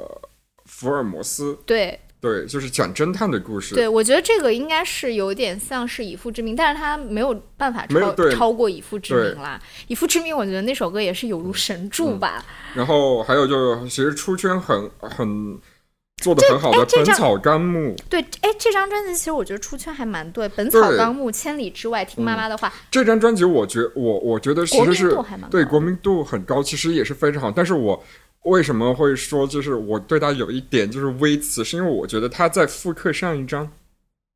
Speaker 1: 福尔摩斯，
Speaker 2: 对，
Speaker 1: 对，就是讲侦探的故事。
Speaker 2: 对，我觉得这个应该是有点像是以父之名，但是他没有办法
Speaker 1: 没有
Speaker 2: 超
Speaker 1: 对
Speaker 2: 超过以父之
Speaker 1: 对嗯
Speaker 2: 名啦。以父之名，我觉得那首歌也是有如神助吧。
Speaker 1: 然后还有就是，其实出圈很很做的很好的
Speaker 2: 哎
Speaker 1: 《
Speaker 2: 这
Speaker 1: 本
Speaker 2: 张
Speaker 1: 草纲目》，
Speaker 2: 对，哎，这张专辑其实我觉得出圈还蛮对，《本草
Speaker 1: 对嗯
Speaker 2: 纲目》《千里之外》，听妈妈的话，
Speaker 1: 这张专辑我觉我我觉得其
Speaker 2: 国
Speaker 1: 实
Speaker 2: 民
Speaker 1: 是
Speaker 2: 度还蛮高
Speaker 1: 对
Speaker 2: 的
Speaker 1: 国民度很高，其实也是非常好。但是我为什么会说就是我对他有一点就是微词，是因为我觉得他在复刻上一章，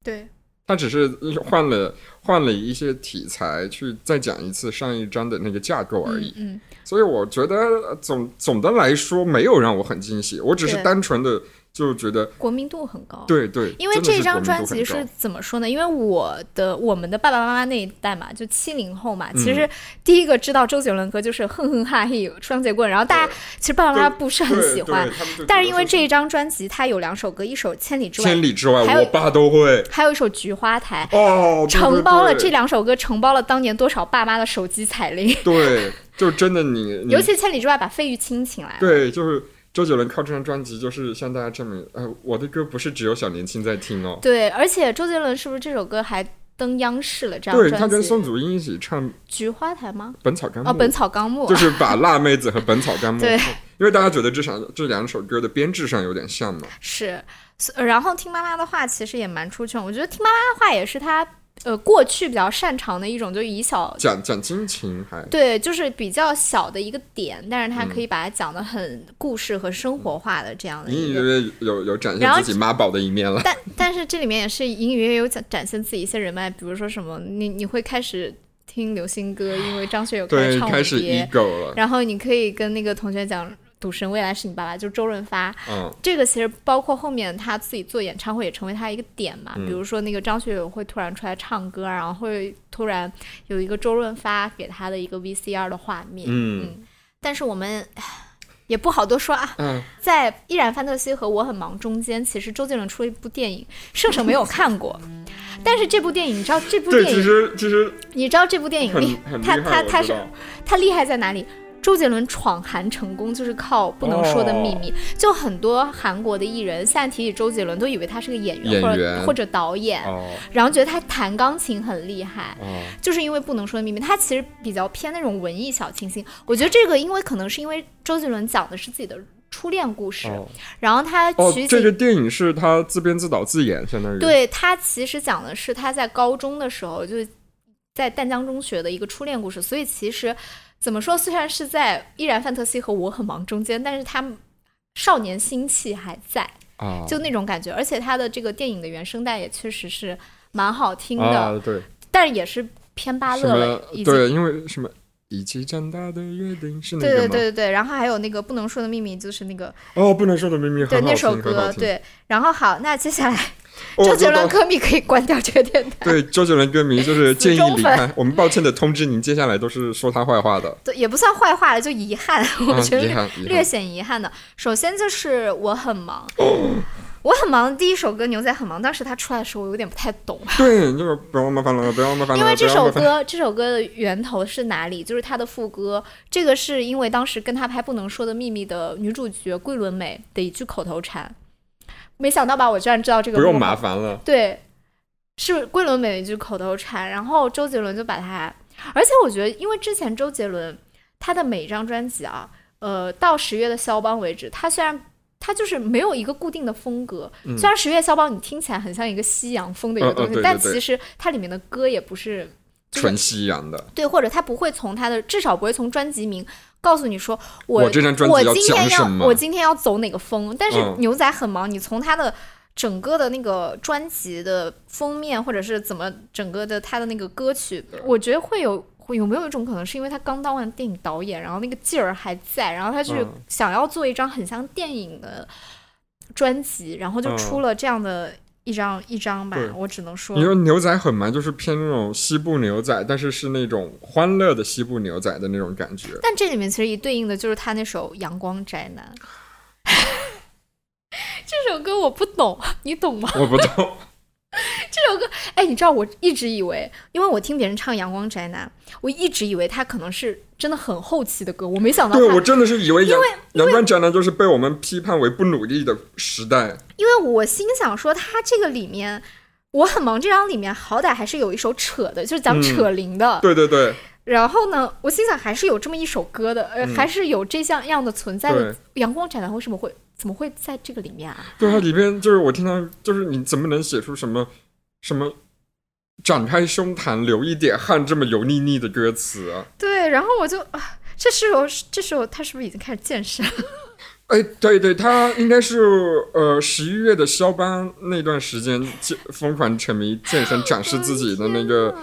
Speaker 2: 对，
Speaker 1: 他只是换了换了一些题材去再讲一次上一章的那个架构而已。
Speaker 2: 嗯，嗯
Speaker 1: 所以我觉得呃总总的来说没有让我很惊喜，我只是
Speaker 2: 对
Speaker 1: 单纯的就觉得
Speaker 2: 国民度很高。
Speaker 1: 对对，
Speaker 2: 因为
Speaker 1: 真的是
Speaker 2: 这张
Speaker 1: 国民
Speaker 2: 专
Speaker 1: 度
Speaker 2: 辑
Speaker 1: 很
Speaker 2: 是
Speaker 1: 高
Speaker 2: 怎么说呢？因为我的我们的爸爸妈妈那一代嘛，就七零后嘛，
Speaker 1: 嗯
Speaker 2: 其实第一个知道周杰伦歌就是哼哼哈嘿双截棍，然后大家
Speaker 1: 对
Speaker 2: 其实爸爸妈妈不是 (laughs) 很喜欢
Speaker 1: 对，对他们就
Speaker 2: 但是
Speaker 1: 觉
Speaker 2: 因
Speaker 1: 得
Speaker 2: 为这
Speaker 1: 说
Speaker 2: 一张专辑它有两首歌，一首《千里之外
Speaker 1: 千》，里之外，
Speaker 2: 还有
Speaker 1: 我爸都会
Speaker 2: 还有一首《菊花台》。
Speaker 1: 哦，对
Speaker 2: 承包了这。
Speaker 1: 对
Speaker 2: 两首歌，承包了当年多少爸妈的手机彩铃，
Speaker 1: 对，对就真的你，你
Speaker 2: 尤其《千里之外》把费玉清请来了。
Speaker 1: 嗯对，就是周杰伦靠这张专辑，就是向大家证明，呃，我的歌不是只有小年轻在听哦。
Speaker 2: 对，而且周杰伦是不是这首歌还登央视了？这张
Speaker 1: 对
Speaker 2: 专辑，
Speaker 1: 他跟宋祖英一起唱《
Speaker 2: 菊花台》吗？
Speaker 1: 本草纲目》
Speaker 2: 哦，《本草纲目》
Speaker 1: 就是把辣妹子和《本草纲目》
Speaker 2: 对
Speaker 1: 因为大家觉得这场这两首歌的编制上有点像嘛。
Speaker 2: 是，所然后听妈妈的话其实也蛮出圈，我觉得听妈妈的话也是他呃过去比较擅长的一种，就以小
Speaker 1: 讲讲亲情还
Speaker 2: 对，就是比较小的一个点，但是他
Speaker 1: 嗯
Speaker 2: 可以把它讲得很故事和生活化的这样的
Speaker 1: 隐
Speaker 2: 一
Speaker 1: 隐
Speaker 2: 个。
Speaker 1: 约约有有展现
Speaker 2: 然后
Speaker 1: 自己妈宝的一面了。
Speaker 2: 但但是这里面也是隐隐约约有展展现自己一些人脉，比如说什么，你你会开始听流行歌，因为张学友开
Speaker 1: 对
Speaker 2: 始，唱
Speaker 1: 开
Speaker 2: 舞
Speaker 1: 始
Speaker 2: 碟，
Speaker 1: ego 了，
Speaker 2: 然后你可以跟那个同学讲。赌神未来是你爸爸，就是周润发。
Speaker 1: 嗯，
Speaker 2: 这个其实包括后面他自己做演唱会也成为他一个点嘛，比如
Speaker 1: 嗯
Speaker 2: 说那个张学友会突然出来唱歌，然后会突然有一个周润发给他的一个 VCR 的画面，
Speaker 1: 嗯
Speaker 2: 但是我们唉也不好多说啊。
Speaker 1: 嗯
Speaker 2: 在《依然范特西》和《我很忙》中间，其实周杰伦出了一部电影，圣圣没有看
Speaker 1: (laughs)
Speaker 2: 过。但是这部电影，你知道这部
Speaker 1: 对，
Speaker 2: 电
Speaker 1: 其
Speaker 2: 影，
Speaker 1: 实其实
Speaker 2: 你知道这部电影
Speaker 1: 很
Speaker 2: 厉
Speaker 1: 很，厉
Speaker 2: 嗯他
Speaker 1: 害，
Speaker 2: 他
Speaker 1: 我
Speaker 2: 他
Speaker 1: 知
Speaker 2: 是
Speaker 1: 道
Speaker 2: 他厉害在哪里？周杰伦闯韩成功就是靠《不能说的秘密》
Speaker 1: 哦
Speaker 2: 就很多韩国的艺人现在提起周杰伦，都以为他是个演员
Speaker 1: 演
Speaker 2: 或者
Speaker 1: 员
Speaker 2: 或者导演，
Speaker 1: 哦
Speaker 2: 然后觉得他弹钢琴很厉害，
Speaker 1: 哦，
Speaker 2: 就是因为《不能说的秘密》，他其实比较偏那种文艺小清新。我觉得这个，因为可能是因为周杰伦讲的是自己的初恋故事，
Speaker 1: 哦
Speaker 2: 然后他
Speaker 1: 哦
Speaker 2: 取，
Speaker 1: 这
Speaker 2: 景
Speaker 1: 个电影是他自编自导自演，相当于，
Speaker 2: 对他其实讲的是他在高中的时候，就是在淡江中学的一个初恋故事。所以其实怎么说，虽然是在《依然范特西》和《我很忙》中间，但是他少年心气还在，
Speaker 1: 啊，
Speaker 2: 就那种感觉。而且他的这个电影的原声带也确实是蛮好听的，
Speaker 1: 啊，对，
Speaker 2: 但是也是偏芭
Speaker 1: 什
Speaker 2: 乐
Speaker 1: 么
Speaker 2: 了，已经。
Speaker 1: 对，因为什么一起长大的约定是那
Speaker 2: 对
Speaker 1: 个
Speaker 2: 对
Speaker 1: 吗？
Speaker 2: 对对对，然后还有那个不能说的秘密，就是那个
Speaker 1: 哦，不能说的秘密
Speaker 2: 对
Speaker 1: 很好
Speaker 2: 那
Speaker 1: 听，
Speaker 2: 首
Speaker 1: 很好
Speaker 2: 歌，
Speaker 1: 听。
Speaker 2: 对。然后好，那接下来
Speaker 1: 哦
Speaker 2: 周
Speaker 1: 我
Speaker 2: 杰
Speaker 1: 知道
Speaker 2: 伦歌迷可以关掉这个电台。
Speaker 1: 对周杰伦歌迷就是建议
Speaker 2: 忠
Speaker 1: 离
Speaker 2: 粉
Speaker 1: 开，我们抱歉的通知您，接下来都是说他坏话的，
Speaker 2: 对，也不算坏话了，就遗憾， (laughs) 我
Speaker 1: 啊
Speaker 2: 觉
Speaker 1: 遗
Speaker 2: 得
Speaker 1: 憾遗
Speaker 2: 略
Speaker 1: 憾。
Speaker 2: 显遗憾的。首先就是我很忙，
Speaker 1: 哦
Speaker 2: 我很忙的第一首歌《牛仔很忙》，当时它出来的时候我有点不太懂，
Speaker 1: 对，就是不要麻烦了，不要麻烦了，
Speaker 2: 因为这
Speaker 1: 不要
Speaker 2: 首
Speaker 1: 麻烦了
Speaker 2: 歌这首歌的源头是哪里？就是它的副歌，这个是因为当时跟他拍《不能说的秘密》的女主角桂纶镁的一句口头禅，没想到吧，我居然知道这个
Speaker 1: 不用
Speaker 2: 幕后
Speaker 1: 麻烦了，
Speaker 2: 对，是桂纶镁的一句口头禅，然后周杰伦就把它，而且我觉得，因为之前周杰伦他的每一张专辑啊，呃，到十月的肖邦为止，他虽然。他就是没有一个固定的风格，
Speaker 1: 嗯
Speaker 2: 虽然十月肖邦你听起来很像一个西洋风的一个
Speaker 1: 嗯嗯
Speaker 2: 东西，
Speaker 1: 对对
Speaker 2: 但
Speaker 1: 对
Speaker 2: 其实它里面的歌也不是就是
Speaker 1: 纯西洋的。
Speaker 2: 对，或者他不会从他的至少不会从专辑名告诉你说我
Speaker 1: 我这张专
Speaker 2: 我
Speaker 1: 辑要
Speaker 2: 今
Speaker 1: 讲
Speaker 2: 天要
Speaker 1: 什么
Speaker 2: 我今天要走哪个风。但是
Speaker 1: 嗯
Speaker 2: 牛仔很忙，你从他的整个的那个专辑的封面，或者是怎么整个的他的那个歌曲，我觉得会有。会有没有一种可能是因为他刚当完电影导演，然后那个劲儿还在，然后他去
Speaker 1: 嗯
Speaker 2: 想要做一张很像电影的专辑，然后就
Speaker 1: 嗯
Speaker 2: 出了这样的一张一张吧
Speaker 1: 对。
Speaker 2: 我只能说，
Speaker 1: 你说牛仔很蛮，就是偏那种西部牛仔，但是是那种欢乐的西部牛仔的那种感觉。
Speaker 2: 但这里面其实一对应的就是他那首《阳光宅男》 (laughs) 这首歌我不懂，你懂吗？
Speaker 1: 我不 (laughs) 懂，
Speaker 2: 这首歌，哎，你知道我一直以为，因为我听别人唱《阳光宅男》，我一直以为他可能是真的很后期的歌，我没想到
Speaker 1: 对我
Speaker 2: 他，
Speaker 1: 真的是以为阳阳光宅男就是被我们批判为不努力的时代。
Speaker 2: 因为我心想说他这个里面。我很忙，这张里面好歹还是有一首扯的，就是讲
Speaker 1: 嗯
Speaker 2: 扯铃的。
Speaker 1: 对对对，
Speaker 2: 然后呢，我心想还是有这么一首歌的，呃，还是有这项样的存在的
Speaker 1: 嗯对。
Speaker 2: 阳光宅男为什么会怎么会在这个里面啊？
Speaker 1: 对啊，里边就是我听到，就是你怎么能写出什么什么展开胸膛流一点汗这么油腻腻的歌词啊？ (laughs)
Speaker 2: 对，然后我就啊，这时候这时候他是不是已经开始健身？
Speaker 1: 哎，对对，他应该是呃十一月的肖邦那段时间健疯狂沉迷健身，展示自己的那个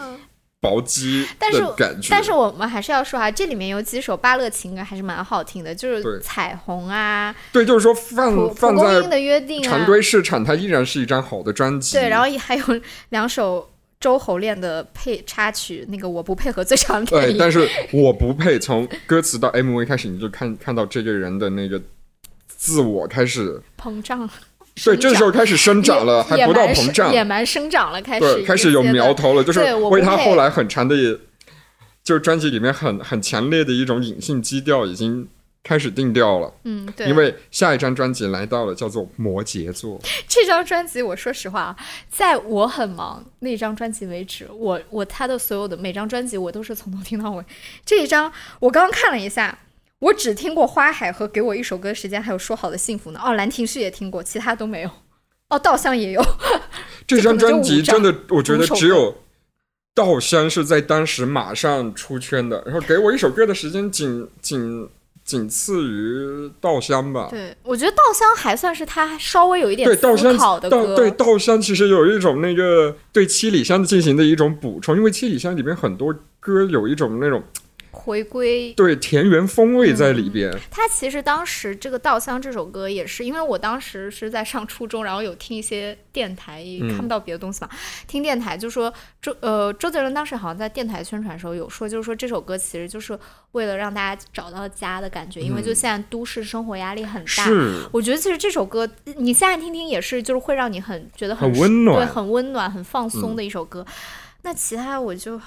Speaker 1: 薄肌
Speaker 2: 但是
Speaker 1: 的感觉。
Speaker 2: 但是我们还是要说啊，这里面有几首芭乐情歌还是蛮好听的，就是
Speaker 1: 对
Speaker 2: 彩虹啊，
Speaker 1: 对，就是说
Speaker 2: 蒲
Speaker 1: 放
Speaker 2: 蒲
Speaker 1: 放
Speaker 2: 公英
Speaker 1: 在
Speaker 2: 的约定啊
Speaker 1: 常，规市场，它依然是一张好的专辑。
Speaker 2: 对，然后也还有两首周侯恋的配插曲，那个我不配合最长的
Speaker 1: 对，
Speaker 2: 一
Speaker 1: 但是我不配从歌词到 MV 开始，你就看看到这个人的那个自我开始，
Speaker 2: 膨胀，
Speaker 1: 对，
Speaker 2: 生
Speaker 1: 这时候开始生长
Speaker 2: (laughs)
Speaker 1: 了，还
Speaker 2: 野
Speaker 1: 不到
Speaker 2: 蛮
Speaker 1: 膨
Speaker 2: 生
Speaker 1: 胀，
Speaker 2: 野蛮生长了，开始
Speaker 1: 对，开始有苗。头了，就是
Speaker 2: 对我不
Speaker 1: 为他
Speaker 2: 配
Speaker 1: 后来很长的，就是专辑里面很很强烈的一种隐性基调已经开始定调了，
Speaker 2: 嗯，对，
Speaker 1: 因为下一张专辑来到了，叫做《摩羯座》，
Speaker 2: 这张专辑，我说实话啊，在我很忙那张专辑为止，我我他的所有的每张专辑我都是从头听到尾。这一张我刚刚看了一下，我只听过《花海》和《给我一首歌的时间》，还有《说好的幸福》呢。哦，《兰亭序》也听过，其他都没有。哦，《稻香》也有，
Speaker 1: 这张专辑真的，我觉得
Speaker 2: 五首歌
Speaker 1: 只有稻香是在当时马上出圈的，然后给我一首歌的时间仅仅仅次于稻香吧。
Speaker 2: (laughs) 对我觉得《稻香》还算是他稍微有一点
Speaker 1: 对稻
Speaker 2: 思
Speaker 1: 香
Speaker 2: 考的歌，
Speaker 1: 稻对稻香其实有一种那个对七里香进行的一种补充，因为七里香里面很多歌有一种那种
Speaker 2: 回归
Speaker 1: 对田园风味在
Speaker 2: 嗯
Speaker 1: 里边。
Speaker 2: 他其实当时这个《稻香》这首歌也是，因为我当时是在上初中，然后有听一些电台，也
Speaker 1: 嗯
Speaker 2: 看不到别的东西嘛，听电台就说周呃周杰伦当时好像在电台宣传的时候有说，就是说这首歌其实就是为了让大家找到家的感觉，因为就现在都市生活压力很
Speaker 1: 嗯
Speaker 2: 大。
Speaker 1: 是，
Speaker 2: 我觉得其实这首歌你现在听听也是，就是会让你很觉得
Speaker 1: 很温暖嗯
Speaker 2: 对，很温暖、很放松的一首歌。那其他我就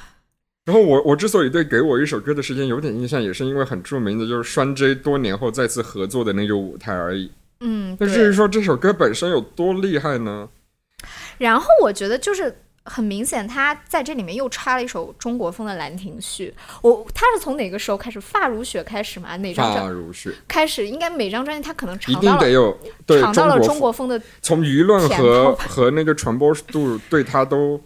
Speaker 1: 然后我我之所以对给我一首歌的时间有点印象，也是因为很著名的就是双 J 多年后再次合作的那个舞台而已。
Speaker 2: 嗯，
Speaker 1: 但
Speaker 2: 对
Speaker 1: 至于说这首歌本身有多厉害呢？
Speaker 2: 然后我觉得就是很明显，他在这里面又插了一首中国风的《兰亭序》。我他是从哪个时候开始？发如雪开始吗？哪张
Speaker 1: 发
Speaker 2: 专
Speaker 1: 如雪，
Speaker 2: 开始？应该每张专辑他可能
Speaker 1: 啊一
Speaker 2: 尝
Speaker 1: 定
Speaker 2: 到
Speaker 1: 得
Speaker 2: 了
Speaker 1: 有对
Speaker 2: 尝到了中
Speaker 1: 中
Speaker 2: 国风的
Speaker 1: 从舆论
Speaker 2: 甜
Speaker 1: 和
Speaker 2: 头
Speaker 1: 和那个传播度对他都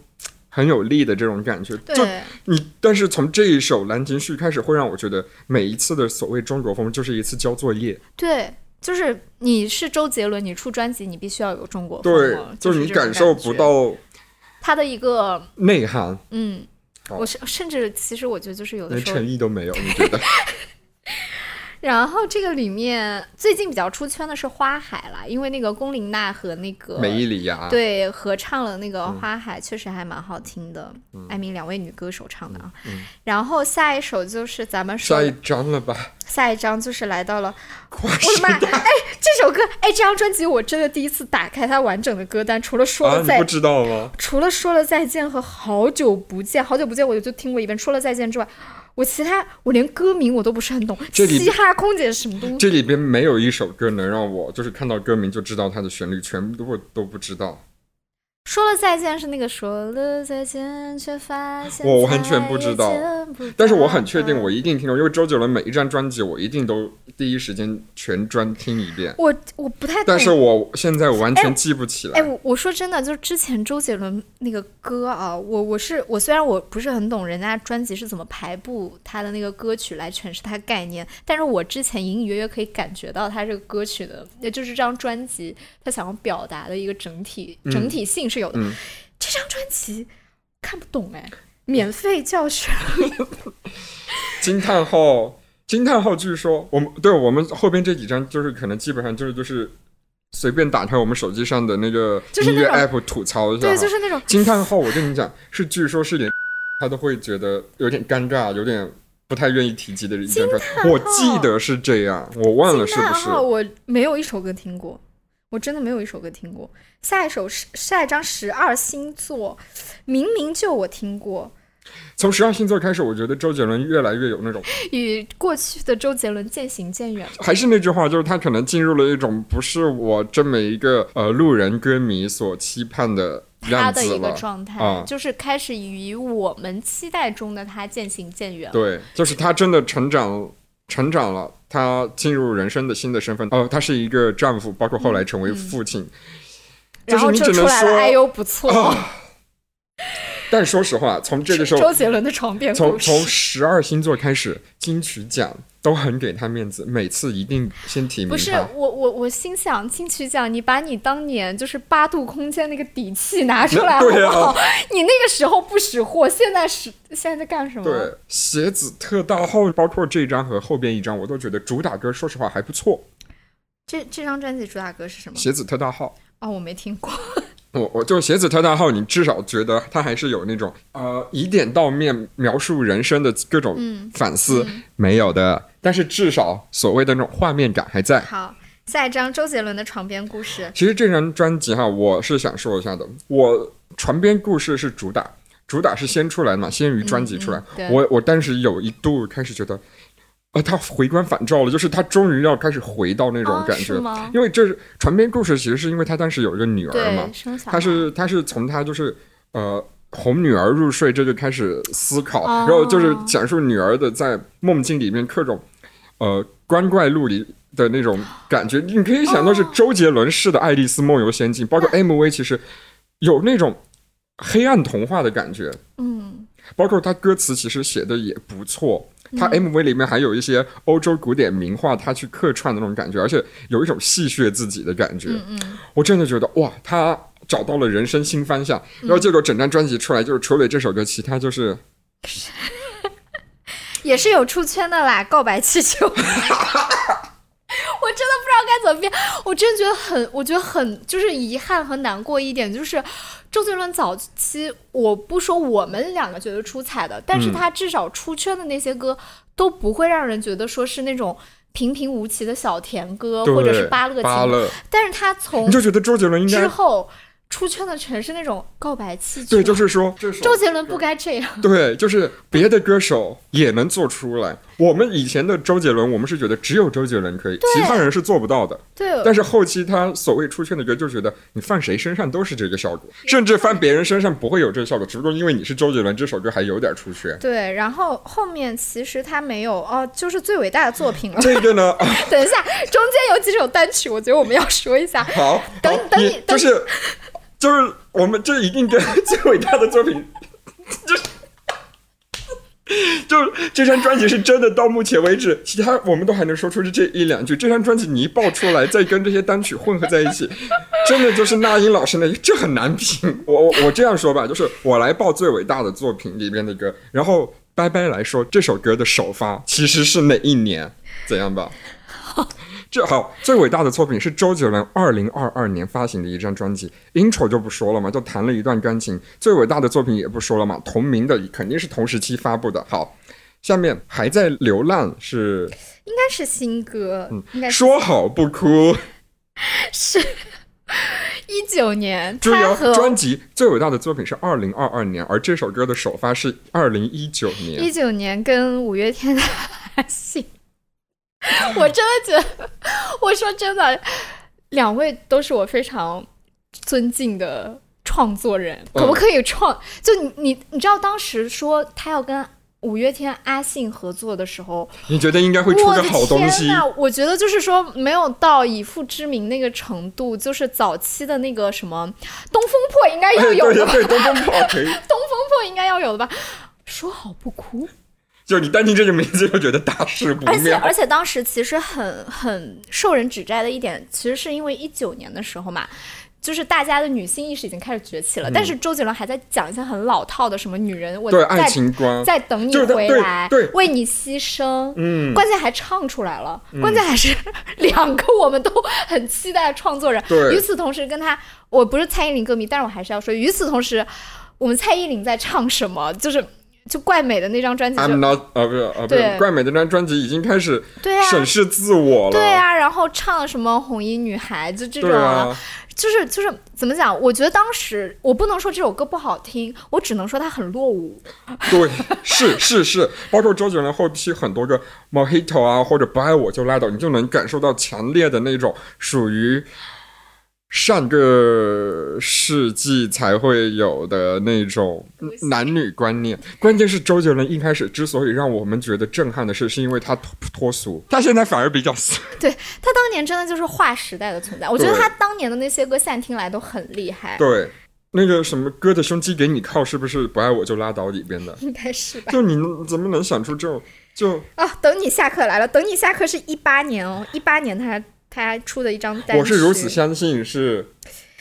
Speaker 1: 很有利的这种感觉。就
Speaker 2: 对
Speaker 1: 你，但是从这一首《兰亭序》开始，会让我觉得每一次的所谓中国风就是一次交作业。
Speaker 2: 对。就是你是周杰伦，你出专辑你必须要有中国风
Speaker 1: 对
Speaker 2: 了，，
Speaker 1: 就是是你
Speaker 2: 这种
Speaker 1: 感受不
Speaker 2: 觉
Speaker 1: 到
Speaker 2: 他的一个
Speaker 1: 内涵，
Speaker 2: 嗯，
Speaker 1: 哦
Speaker 2: 我甚甚至其实我觉得就是有的
Speaker 1: 连
Speaker 2: 时候
Speaker 1: 诚意都没有。你
Speaker 2: (laughs)
Speaker 1: 觉得？
Speaker 2: 然后这个里面最近比较出圈的是花海啦，因为那个龚琳娜和那个
Speaker 1: 美伊里亚，
Speaker 2: 对，合唱了那个
Speaker 1: 嗯
Speaker 2: 《花海》，确实还蛮好听的。艾米两位女歌手唱的啊。然后下一首就是咱们
Speaker 1: 嗯
Speaker 2: 说
Speaker 1: 下
Speaker 2: 的
Speaker 1: 一章了吧？
Speaker 2: 下一张就是来
Speaker 1: (laughs)
Speaker 2: 到了，
Speaker 1: 快
Speaker 2: 我的妈！哎，这首歌，哎，这张专辑我真的第一次打开它完整的歌单，除了说
Speaker 1: 啊，
Speaker 2: 了
Speaker 1: 你
Speaker 2: 再、
Speaker 1: 不知道吗？
Speaker 2: 除了说了再见和好久不见，好久不见我就听过一遍，说了再见之外。我其他我连歌名我都不是很懂，
Speaker 1: 这里
Speaker 2: 嘻哈空姐是什么东西？
Speaker 1: 这里边没有一首歌能让我就是看到歌名就知道它的旋律，全部都不知道。
Speaker 2: 说了再见是那个说了再见，却发现
Speaker 1: 我完全不知道
Speaker 2: 再也见不
Speaker 1: 但是我很确定，
Speaker 2: 到
Speaker 1: 我一定听过，因为周杰伦每一张专辑，我一定都第一时间全专听一遍。
Speaker 2: 我我不太懂。
Speaker 1: 但是我现在完全记不起
Speaker 2: 哎，
Speaker 1: 来。
Speaker 2: 我我说真的，就是之前周杰伦那个歌啊，我我是我虽然我不是很懂人家专辑是怎么排布他的那个歌曲来诠释他概念，但是我之前隐隐约约可以感觉到他这个歌曲的，也就是这张专辑他想要表达的一个整体整体性是有的。
Speaker 1: 嗯
Speaker 2: 这张专辑看不懂哎，
Speaker 1: 嗯
Speaker 2: 免费教学，
Speaker 1: 惊叹号，惊叹号！据说我们对我们后边这几张就是可能基本上就是就是随便打开我们手机上的那个
Speaker 2: 就是
Speaker 1: 音乐
Speaker 2: 那种
Speaker 1: app 吐槽一下哈。
Speaker 2: 对，就是那种
Speaker 1: 惊叹号！我跟你讲，是据说是连
Speaker 2: (laughs)
Speaker 1: 他都会觉得有点尴尬，有点不太愿意提及的一张专辑。我记得是这样，我忘了是
Speaker 2: 惊
Speaker 1: 不
Speaker 2: 叹
Speaker 1: 是？
Speaker 2: 号啊我没有一首歌听过，我真的没有一首歌听过。下一首是下一张十二星座，明明就我听过，
Speaker 1: 从十二星座开始，我觉得周杰伦越来越有那种，
Speaker 2: 与过去的周杰伦渐行渐远。
Speaker 1: 还是那句话，就是他可能进入了一种不是我这么一个呃路人歌迷所期盼的
Speaker 2: 他
Speaker 1: 样
Speaker 2: 的
Speaker 1: 子
Speaker 2: 一个
Speaker 1: 了。
Speaker 2: 状态、
Speaker 1: 啊
Speaker 2: 就是开始与我们期待中的他渐行渐远。
Speaker 1: 对，就是他真的成长，成长了，他进入人生的新的身份。哦，他是一个丈夫，包括后来成为父亲。
Speaker 2: 然后
Speaker 1: 就是你只
Speaker 2: 出
Speaker 1: 能
Speaker 2: 哎来了，
Speaker 1: 说
Speaker 2: 哎呦不错。
Speaker 1: 啊 (laughs) 但说实话，从这个时候
Speaker 2: 周杰伦的床边
Speaker 1: 从
Speaker 2: 故
Speaker 1: 从
Speaker 2: 事。
Speaker 1: 十二星座开始，金曲奖都很给他面子，每次一定先提名
Speaker 2: 不是
Speaker 1: 他。
Speaker 2: 我我我心想金曲奖，你把你当年就是八度空间那个底气拿出来好
Speaker 1: (laughs) 对
Speaker 2: 不
Speaker 1: 啊
Speaker 2: 好？ (laughs) 你那个时候不识货，现在是现在在干什么？
Speaker 1: 对，鞋子特大号，包括这张和后边一张，我都觉得主打歌说实话还不错。
Speaker 2: 这这张专辑主打歌是什么？
Speaker 1: 鞋子特大号，
Speaker 2: 哦，我没听过。
Speaker 1: 我我就鞋子特大号，你至少觉得它还是有那种呃以点到面描述人生的各种
Speaker 2: 嗯
Speaker 1: 反思、没有的，但是至少所谓的那种画面感还在。
Speaker 2: (laughs) 好，下一张周杰伦的床边故事。
Speaker 1: 其实这张专辑哈，我是想说一下的。我床边故事是主打，主打是先出来的嘛，先于专辑出来。
Speaker 2: 嗯对
Speaker 1: 我我当时有一度开始觉得，呃，他回光返照了，就是他终于要开始回到那种
Speaker 2: 哦
Speaker 1: 感
Speaker 2: 是
Speaker 1: 觉。
Speaker 2: 吗
Speaker 1: 因为这是床边故事，其实是因为他当时有一个女儿嘛
Speaker 2: 对，，生小孩
Speaker 1: 他是他是从他就是呃哄女儿入睡这就开始思考，
Speaker 2: 哦
Speaker 1: 然后就是讲述女儿的在梦境里面各种呃光怪陆离的那种感觉。你可以想到是周杰伦式的《爱丽丝梦游仙境》，包括 MV 其实有那种黑暗童话的感觉，
Speaker 2: 嗯，
Speaker 1: 包括他歌词其实写的也不错。他 MV 里面还有一些欧洲古典名画，他去客串的那种感觉，而且有一种戏谑自己的感觉。
Speaker 2: 嗯嗯，
Speaker 1: 我真的觉得哇，他找到了人生新方向。
Speaker 2: 嗯
Speaker 1: 然后结果整张专辑出来，就是除了这首歌，其他就是
Speaker 2: 也是有出圈的啦，《告白气球》。我 (laughs) 真的不知道该怎么变，我真的觉得很，我觉得很就是遗憾和难过一点，就是周杰伦早期，我不说我们两个觉得出彩的，但是
Speaker 1: 嗯
Speaker 2: 他至少出圈的那些歌都不会让人觉得说是那种平平无奇的小甜歌，
Speaker 1: 对
Speaker 2: 哦或者是芭乐
Speaker 1: 芭
Speaker 2: 情歌，
Speaker 1: 乐，
Speaker 2: 但是他从
Speaker 1: 你就觉得周杰伦应
Speaker 2: 之
Speaker 1: 该
Speaker 2: 后出圈的全是那种告白气球，
Speaker 1: 对，就是说
Speaker 2: 周杰伦不该这样。
Speaker 1: 对，就是别的歌手也能做出来。我们以前的周杰伦，我们是觉得只有周杰伦可以，其他人是做不到的。
Speaker 2: 对，
Speaker 1: 但是后期他所谓出圈的歌，就觉得你放谁身上都是这个效果，甚至放别人身上不会有这个效果，只不过因为你是周杰伦，这首歌还有点出
Speaker 2: (laughs)
Speaker 1: 圈。
Speaker 2: 对，然后后面其实他没有哦，就是最伟大的作品了。 (laughs)
Speaker 1: 这个呢，
Speaker 2: 等一下，中间有几首单曲，我觉得我们要说一下。
Speaker 1: 好，
Speaker 2: 等
Speaker 1: 好
Speaker 2: 等你
Speaker 1: 就
Speaker 2: 等
Speaker 1: 是 (laughs) 就是我们这一定
Speaker 2: (laughs)
Speaker 1: 跟最伟大的作品，就是就是这张专辑是真的，到目前为止，其他我们都还能说出这一两句。这张专辑你一爆出来，再跟这些单曲混合在一起，真的就是那英老师那这很难评。我我我这样说吧，就是我来报最伟大的作品里边的歌，然后拜拜来说这首歌的首发其实是哪一年？怎样吧？这好，最伟大的作品是周杰伦二零二二年发行的一张专辑，intro 就不说了嘛，就弹了一段钢琴。最伟大的作品也不说了嘛，同名的肯定是同时期发布的。好，下面还在流浪是
Speaker 2: 应该是新歌，应该
Speaker 1: 嗯
Speaker 2: 是
Speaker 1: 说好不哭，
Speaker 2: 一九年，
Speaker 1: 朱
Speaker 2: 他
Speaker 1: 瑶
Speaker 2: 和
Speaker 1: 哦专辑最伟大的作品是二零二二年，而这首歌的首发是二零一九年。
Speaker 2: 一九年跟五月天的还行。我真的觉得，我说真的，两位都是我非常尊敬的创作人，
Speaker 1: 嗯
Speaker 2: 可不可以创？就你你你知道当时说他要跟五月天阿信合作的时候，
Speaker 1: 你觉得应该会出
Speaker 2: 我
Speaker 1: 个
Speaker 2: 的
Speaker 1: 好东西
Speaker 2: 天？呐，我觉得就是说没有到以父之名那个程度，就是早期的那个什么东风破应
Speaker 1: (laughs)
Speaker 2: 该
Speaker 1: 哎，
Speaker 2: 要
Speaker 1: 对
Speaker 2: 有的
Speaker 1: 对
Speaker 2: 吧，
Speaker 1: 对，东风破可以，
Speaker 2: 东风破应该要有的吧。说好不哭，
Speaker 1: 就你单听这个名字就觉得大事不
Speaker 2: 而且
Speaker 1: 妙。
Speaker 2: 而且当时其实很很受人指摘的一点，其实是因为一九年的时候嘛。就是大家的女性意识已经开始崛起了，但是周杰伦还在讲一些很老套的什么女人，我
Speaker 1: 嗯对，
Speaker 2: 在
Speaker 1: 爱情观，
Speaker 2: 在等你
Speaker 1: 就是他
Speaker 2: 回
Speaker 1: 对
Speaker 2: 来，
Speaker 1: 对
Speaker 2: 为你牺牲，
Speaker 1: 嗯，
Speaker 2: 关键还唱出来了，关键
Speaker 1: (laughs)
Speaker 2: 还是两个我们都很期待的创作人。
Speaker 1: 对
Speaker 2: 与此同时，跟他我不是蔡依林歌迷，但是我还是要说，与此同时，我们蔡依林在唱什么？就是就怪美的那张专辑就，
Speaker 1: I'm not 啊，不是啊，不是
Speaker 2: 对
Speaker 1: 怪美那张专辑已经开始
Speaker 2: 对啊，
Speaker 1: 审视自我了。
Speaker 2: 对啊，然后唱什么红衣女孩，就这
Speaker 1: 对
Speaker 2: 种、
Speaker 1: 啊，
Speaker 2: 就是就是怎么讲？我觉得当时我不能说这首歌不好听，我只能说它很落伍。
Speaker 1: 对，是是是，包括周杰伦后期很多个 Mojito 啊，或者不爱我就拉倒，你就能感受到强烈的那种属于上个世纪才会有的那种男女观念。关键是周杰伦一开始之所以让我们觉得震撼的是，是因为他脱脱俗，他现在反而比较俗。
Speaker 2: 对他当年真的就是划时代的存在，我觉得
Speaker 1: 对
Speaker 2: 他当年的那些歌现在听来都很厉害。
Speaker 1: 对，那个什么哥的胸肌给你靠，是不是不爱我就拉倒里边的？
Speaker 2: 应该是吧？
Speaker 1: 就你怎么能想出这种就？
Speaker 2: 啊，等你下课来了，等你下课是一八年哦，一八年他他出的一张单曲，
Speaker 1: 我是如此，相信是，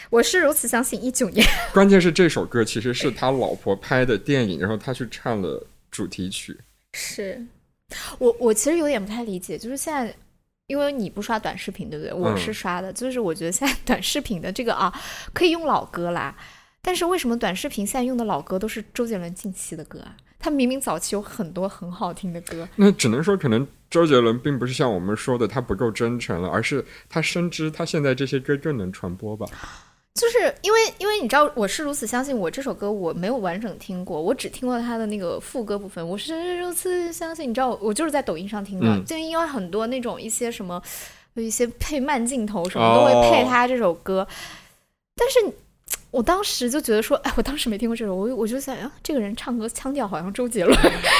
Speaker 2: 我是如此相信一九年，
Speaker 1: 关键是这首歌其实是他老婆拍的电影，然后他去唱了主题曲。
Speaker 2: 是我我其实有点不太理解，就是现在。因为你不刷短视频，对不对？
Speaker 1: 嗯
Speaker 2: 我是刷的，就是我觉得现在短视频的这个啊，可以用老歌啦，但是为什么短视频现在用的老歌都是周杰伦近期的歌啊？他明明早期有很多很好听的歌，
Speaker 1: 那只能说，可能周杰伦并不是像我们说的他不够真诚了，而是他深知他现在这些歌更能传播吧。
Speaker 2: 就是因为因为你知道，我是如此相信我这首歌，我没有完整听过，我只听过它的那个副歌部分。我是如此相信，你知道，我就是在抖音上听的，
Speaker 1: 嗯
Speaker 2: 就因为很多那种一些什么，有一些配慢镜头什么都会配它这首歌，但是。我当时就觉得说，哎，我当时没听过这首，我我就想，啊，这个人唱歌腔调好像周杰伦，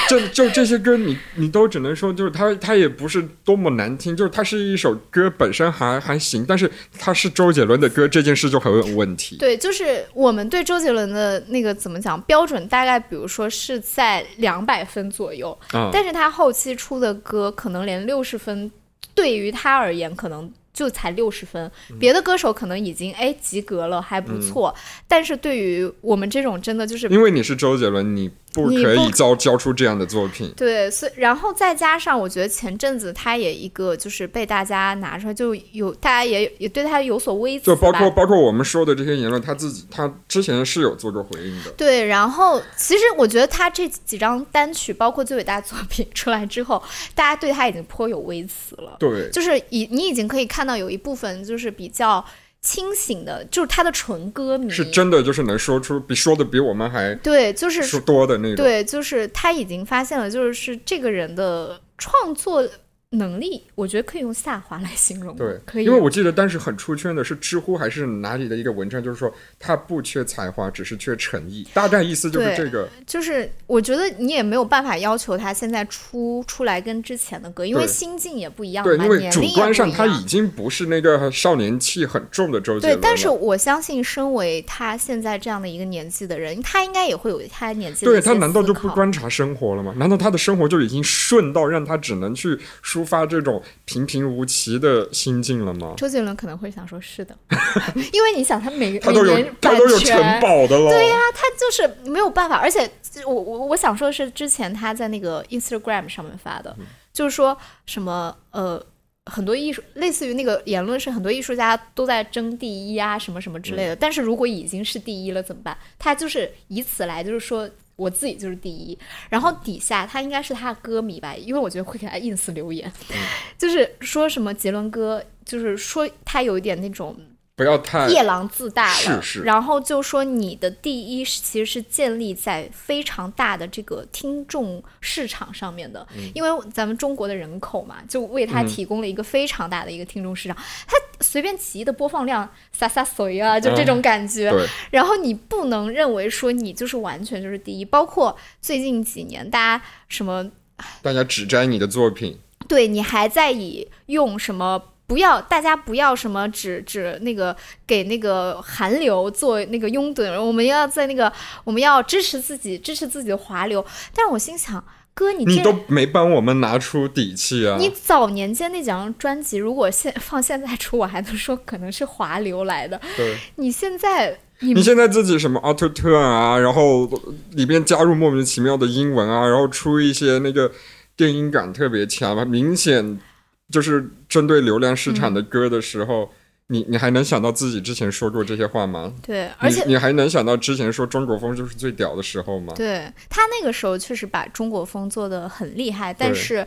Speaker 1: 就就这些歌你，你都只能说，就是他他也不是多么难听，就是它是一首歌本身还还行，但是它是周杰伦的歌，这件事就很有问题。
Speaker 2: 对，就是我们对周杰伦的那个怎么讲标准，大概比如说是在两百分左右，
Speaker 1: 啊、
Speaker 2: 但是他后期出的歌可能连六十分，对于他而言可能就才六十分，
Speaker 1: 嗯
Speaker 2: 别的歌手可能已经哎及格了，还不错，但是对于我们这种真的就是。
Speaker 1: 因为你是周杰伦，你不
Speaker 2: 你
Speaker 1: 可以
Speaker 2: 不
Speaker 1: 交交出这样的作品。
Speaker 2: 对，所以然后再加上，我觉得前阵子他也一个就是被大家拿出来，就有大家也也对他有所微词
Speaker 1: 就包
Speaker 2: 吧
Speaker 1: 括包括我们说的这些言论，他自己他之前是有做过回应的。
Speaker 2: 对，然后其实我觉得他这几张单曲，包括最伟大的作品出来之后，大家对他已经颇有微词了。
Speaker 1: 对，
Speaker 2: 就是已你已经可以看到有一部分就是比较清醒的，就是他的纯歌迷
Speaker 1: 是真的就是能说出比说的比我们还
Speaker 2: 对，就是
Speaker 1: 说多的那种。
Speaker 2: 对，就是他已经发现了，就是是这个人的创作能力，我觉得可以用下滑来形容，
Speaker 1: 对，
Speaker 2: 可以
Speaker 1: 因为我记得当时很出圈的是知乎还是哪里的一个文章，就是说他不缺才华，只是缺诚意，大概意思就是
Speaker 2: 对
Speaker 1: 这个。
Speaker 2: 就是我觉得你也没有办法要求他现在出出来跟之前的歌，因为
Speaker 1: 对
Speaker 2: 心境也不一样嘛，
Speaker 1: 对，因为
Speaker 2: 年
Speaker 1: 主
Speaker 2: 龄也
Speaker 1: 观
Speaker 2: 啊不
Speaker 1: 上
Speaker 2: 一
Speaker 1: 他
Speaker 2: 样
Speaker 1: 已经不是那个少年气很重的周杰
Speaker 2: 对
Speaker 1: 伦，了。
Speaker 2: 但是我相信，身为他现在这样的一个年纪的人，他应该也会有他年纪的
Speaker 1: 对
Speaker 2: 一些
Speaker 1: 他难道
Speaker 2: 思
Speaker 1: 就不
Speaker 2: 考
Speaker 1: 观察生活了吗？难道他的生活就已经顺到让他只能去抒发这种平平无奇的心境了吗？
Speaker 2: 周杰伦可能会想说：“是的， (laughs) 因为你想，他每
Speaker 1: 他
Speaker 2: 每
Speaker 1: 都有
Speaker 2: 年
Speaker 1: 他
Speaker 2: 版
Speaker 1: 都有城
Speaker 2: 权，
Speaker 1: 堡的了，
Speaker 2: 对呀、他就是没有办法。而且我我我想说的是，之前他在那个 Instagram 上面发的，就是说什么呃，很多艺术类似于那个言论是很多艺术家都在争第一啊，什么什么之类的。但是如果已经是第一了怎么办？他就是以此来就是说。”我自己就是第一，然后底下他应该是他的歌迷吧，因为我觉得会给他 ins 留言，就是说什么杰伦哥，就是说他有一点那种
Speaker 1: 不要太
Speaker 2: 夜郎自大了，
Speaker 1: 哎是是
Speaker 2: 然后就说你的第一是其实是建立在非常大的这个听众市场上面的，
Speaker 1: 嗯
Speaker 2: 因为咱们中国的人口嘛，就为他提供了一个非常大的一个听众市场。他随便起一的播放量撒撒水啊，就这种感觉。
Speaker 1: 嗯对
Speaker 2: 然后你不能认为说你就是完全就是第一，包括最近几年大家什么
Speaker 1: 大家只摘你的作品。
Speaker 2: 对你还在以用什么？不要，大家不要什么只只那个给那个韩流做那个拥趸，我们要在那个我们要支持自己，支持自己的华流。但是我心想，哥，你
Speaker 1: 你
Speaker 2: 这
Speaker 1: 都没帮我们拿出底气啊！
Speaker 2: 你早年间那几张专辑，如果现放现在出，我还能说可能是华流来的。
Speaker 1: 对，
Speaker 2: 你现在你
Speaker 1: 你现在自己什么 Auto Tune 啊，然后里边加入莫名其妙的英文啊，然后出一些那个电音感特别强嘛，明显就是针对流量市场的歌的时候，你你还能想到自己之前说过这些话吗？
Speaker 2: 对，而且
Speaker 1: 你你还能想到之前说中国风就是最屌的时候吗？
Speaker 2: 对他那个时候确实把中国风做得很厉害，但
Speaker 1: 对
Speaker 2: 是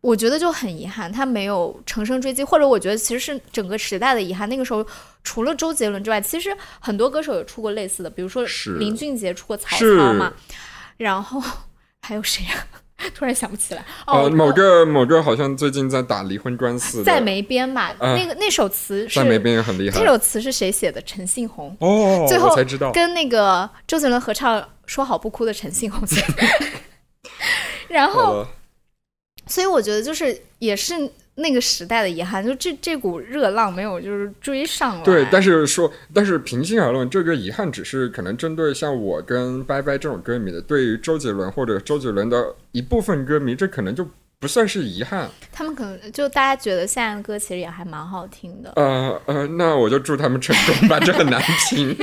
Speaker 2: 我觉得就很遗憾，他没有乘胜追击，或者我觉得其实是整个时代的遗憾。那个时候除了周杰伦之外，其实很多歌手有出过类似的，比如说
Speaker 1: 是
Speaker 2: 林俊杰出过《曹操
Speaker 1: 是》
Speaker 2: 嘛，然后 (laughs) 还有谁呀、 (laughs) 突然想不起来
Speaker 1: 呃，
Speaker 2: 哦，
Speaker 1: 某个某个好像最近在打离婚官司的，
Speaker 2: 在梅边嘛，
Speaker 1: 啊
Speaker 2: 那个那首词是
Speaker 1: 在梅边也很厉害
Speaker 2: 那首词是谁写的？陈信宏。
Speaker 1: 哦，
Speaker 2: 最后
Speaker 1: 我才知道，
Speaker 2: 跟那个周杰伦合唱《说好不哭》的陈信宏
Speaker 1: (laughs)
Speaker 2: 然
Speaker 1: 好
Speaker 2: 后，
Speaker 1: 了，
Speaker 2: 所以我觉得就是也是那个时代的遗憾，就这这股热浪没有就是追上来。
Speaker 1: 对，但是说，但是平心而论，这个遗憾只是可能针对像我跟拜拜这种歌迷的，对于周杰伦或者周杰伦的一部分歌迷，这可能就不算是遗憾。
Speaker 2: 他们可能就大家觉得现在的歌其实也还蛮好听的。
Speaker 1: 呃呃，那我就祝他们成功吧，这很难
Speaker 2: (laughs)
Speaker 1: 听。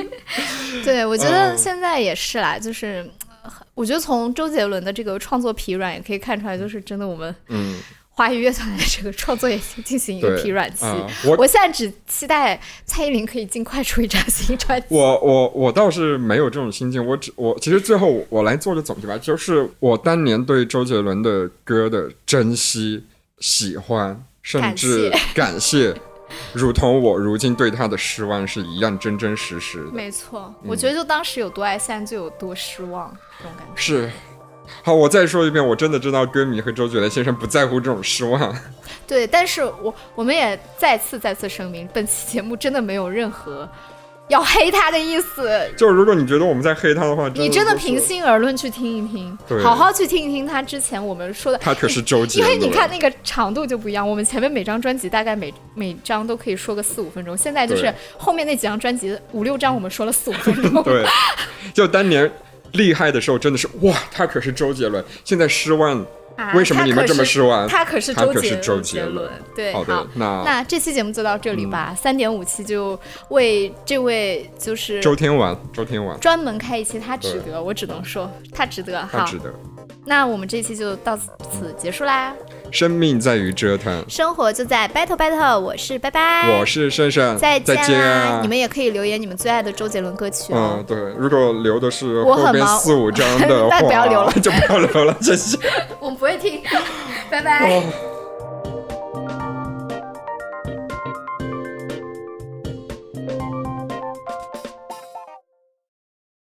Speaker 2: 对，我觉得
Speaker 1: 嗯
Speaker 2: 现在也是啦，就是呃我觉得从周杰伦的这个创作疲软也可以看出来，就是真的我们
Speaker 1: 嗯，
Speaker 2: 华语乐团的这个创作也进行一个
Speaker 1: 对
Speaker 2: 疲软期。
Speaker 1: 啊、我
Speaker 2: 我现在只期待蔡依林可以尽快出一张新专辑。
Speaker 1: 我我我倒是没有这种心境，我只我其实最后我我来做个总结吧，就是我当年对周杰伦的歌的珍惜、喜欢，甚至感谢，如同我如今对他的失望是一样真真实实的。
Speaker 2: (laughs) 没错，
Speaker 1: 嗯
Speaker 2: 我觉得就当时有多爱，现在就有多失望，这种感觉。
Speaker 1: 是，好，我再说一遍，我真的知道歌迷和周杰伦先生不在乎这种失望。
Speaker 2: 对，但是我我们也再次再次声明，本期节目真的没有任何要黑他的意思，
Speaker 1: 就如果你觉得我们在黑他的话，
Speaker 2: 你真的
Speaker 1: 就是
Speaker 2: 平，心而论去听一听
Speaker 1: 对，
Speaker 2: 好好去听一听他之前我们说的。
Speaker 1: 他可是周杰
Speaker 2: (laughs) 因为
Speaker 1: 伦。
Speaker 2: 你看那个长度就不一样，我们前面每张专辑大概每每张都可以说个四五分钟，现在就是
Speaker 1: 对
Speaker 2: 后面那几张专辑五六张我们说了四五分钟，
Speaker 1: 对，就当年厉害的时候，真的是哇，他可是周杰伦。现在失望，
Speaker 2: 啊
Speaker 1: 为什么你们这么失望？
Speaker 2: 他可是
Speaker 1: 他
Speaker 2: 周
Speaker 1: 可
Speaker 2: 杰
Speaker 1: 是周杰
Speaker 2: 杰
Speaker 1: 伦
Speaker 2: 伦，对，
Speaker 1: 好嗯的，那
Speaker 2: 那这期节目就到这里吧，三点五期就为这位就是
Speaker 1: 周天王，周天王，
Speaker 2: 专门开一期，他值得，我只能说他值得。
Speaker 1: 他
Speaker 2: 好，
Speaker 1: 值得。
Speaker 2: 那我们这期就到此结束啦，
Speaker 1: 生命在于折腾。
Speaker 2: 生活就在 battle battle，我是拜拜，
Speaker 1: 我是珊珊，
Speaker 2: 再
Speaker 1: 见
Speaker 2: 见啦，
Speaker 1: 啊！
Speaker 2: 你们也可以留言你们最爱的周杰伦歌曲哦。
Speaker 1: 嗯，对，如果留的是
Speaker 2: 我
Speaker 1: 后
Speaker 2: 很
Speaker 1: 边
Speaker 2: 忙 (laughs)
Speaker 1: 四五张的话， (laughs)
Speaker 2: 但不要留了
Speaker 1: 就不要留了，谢谢。 (laughs)
Speaker 2: 我们不会听，拜拜。
Speaker 1: 哦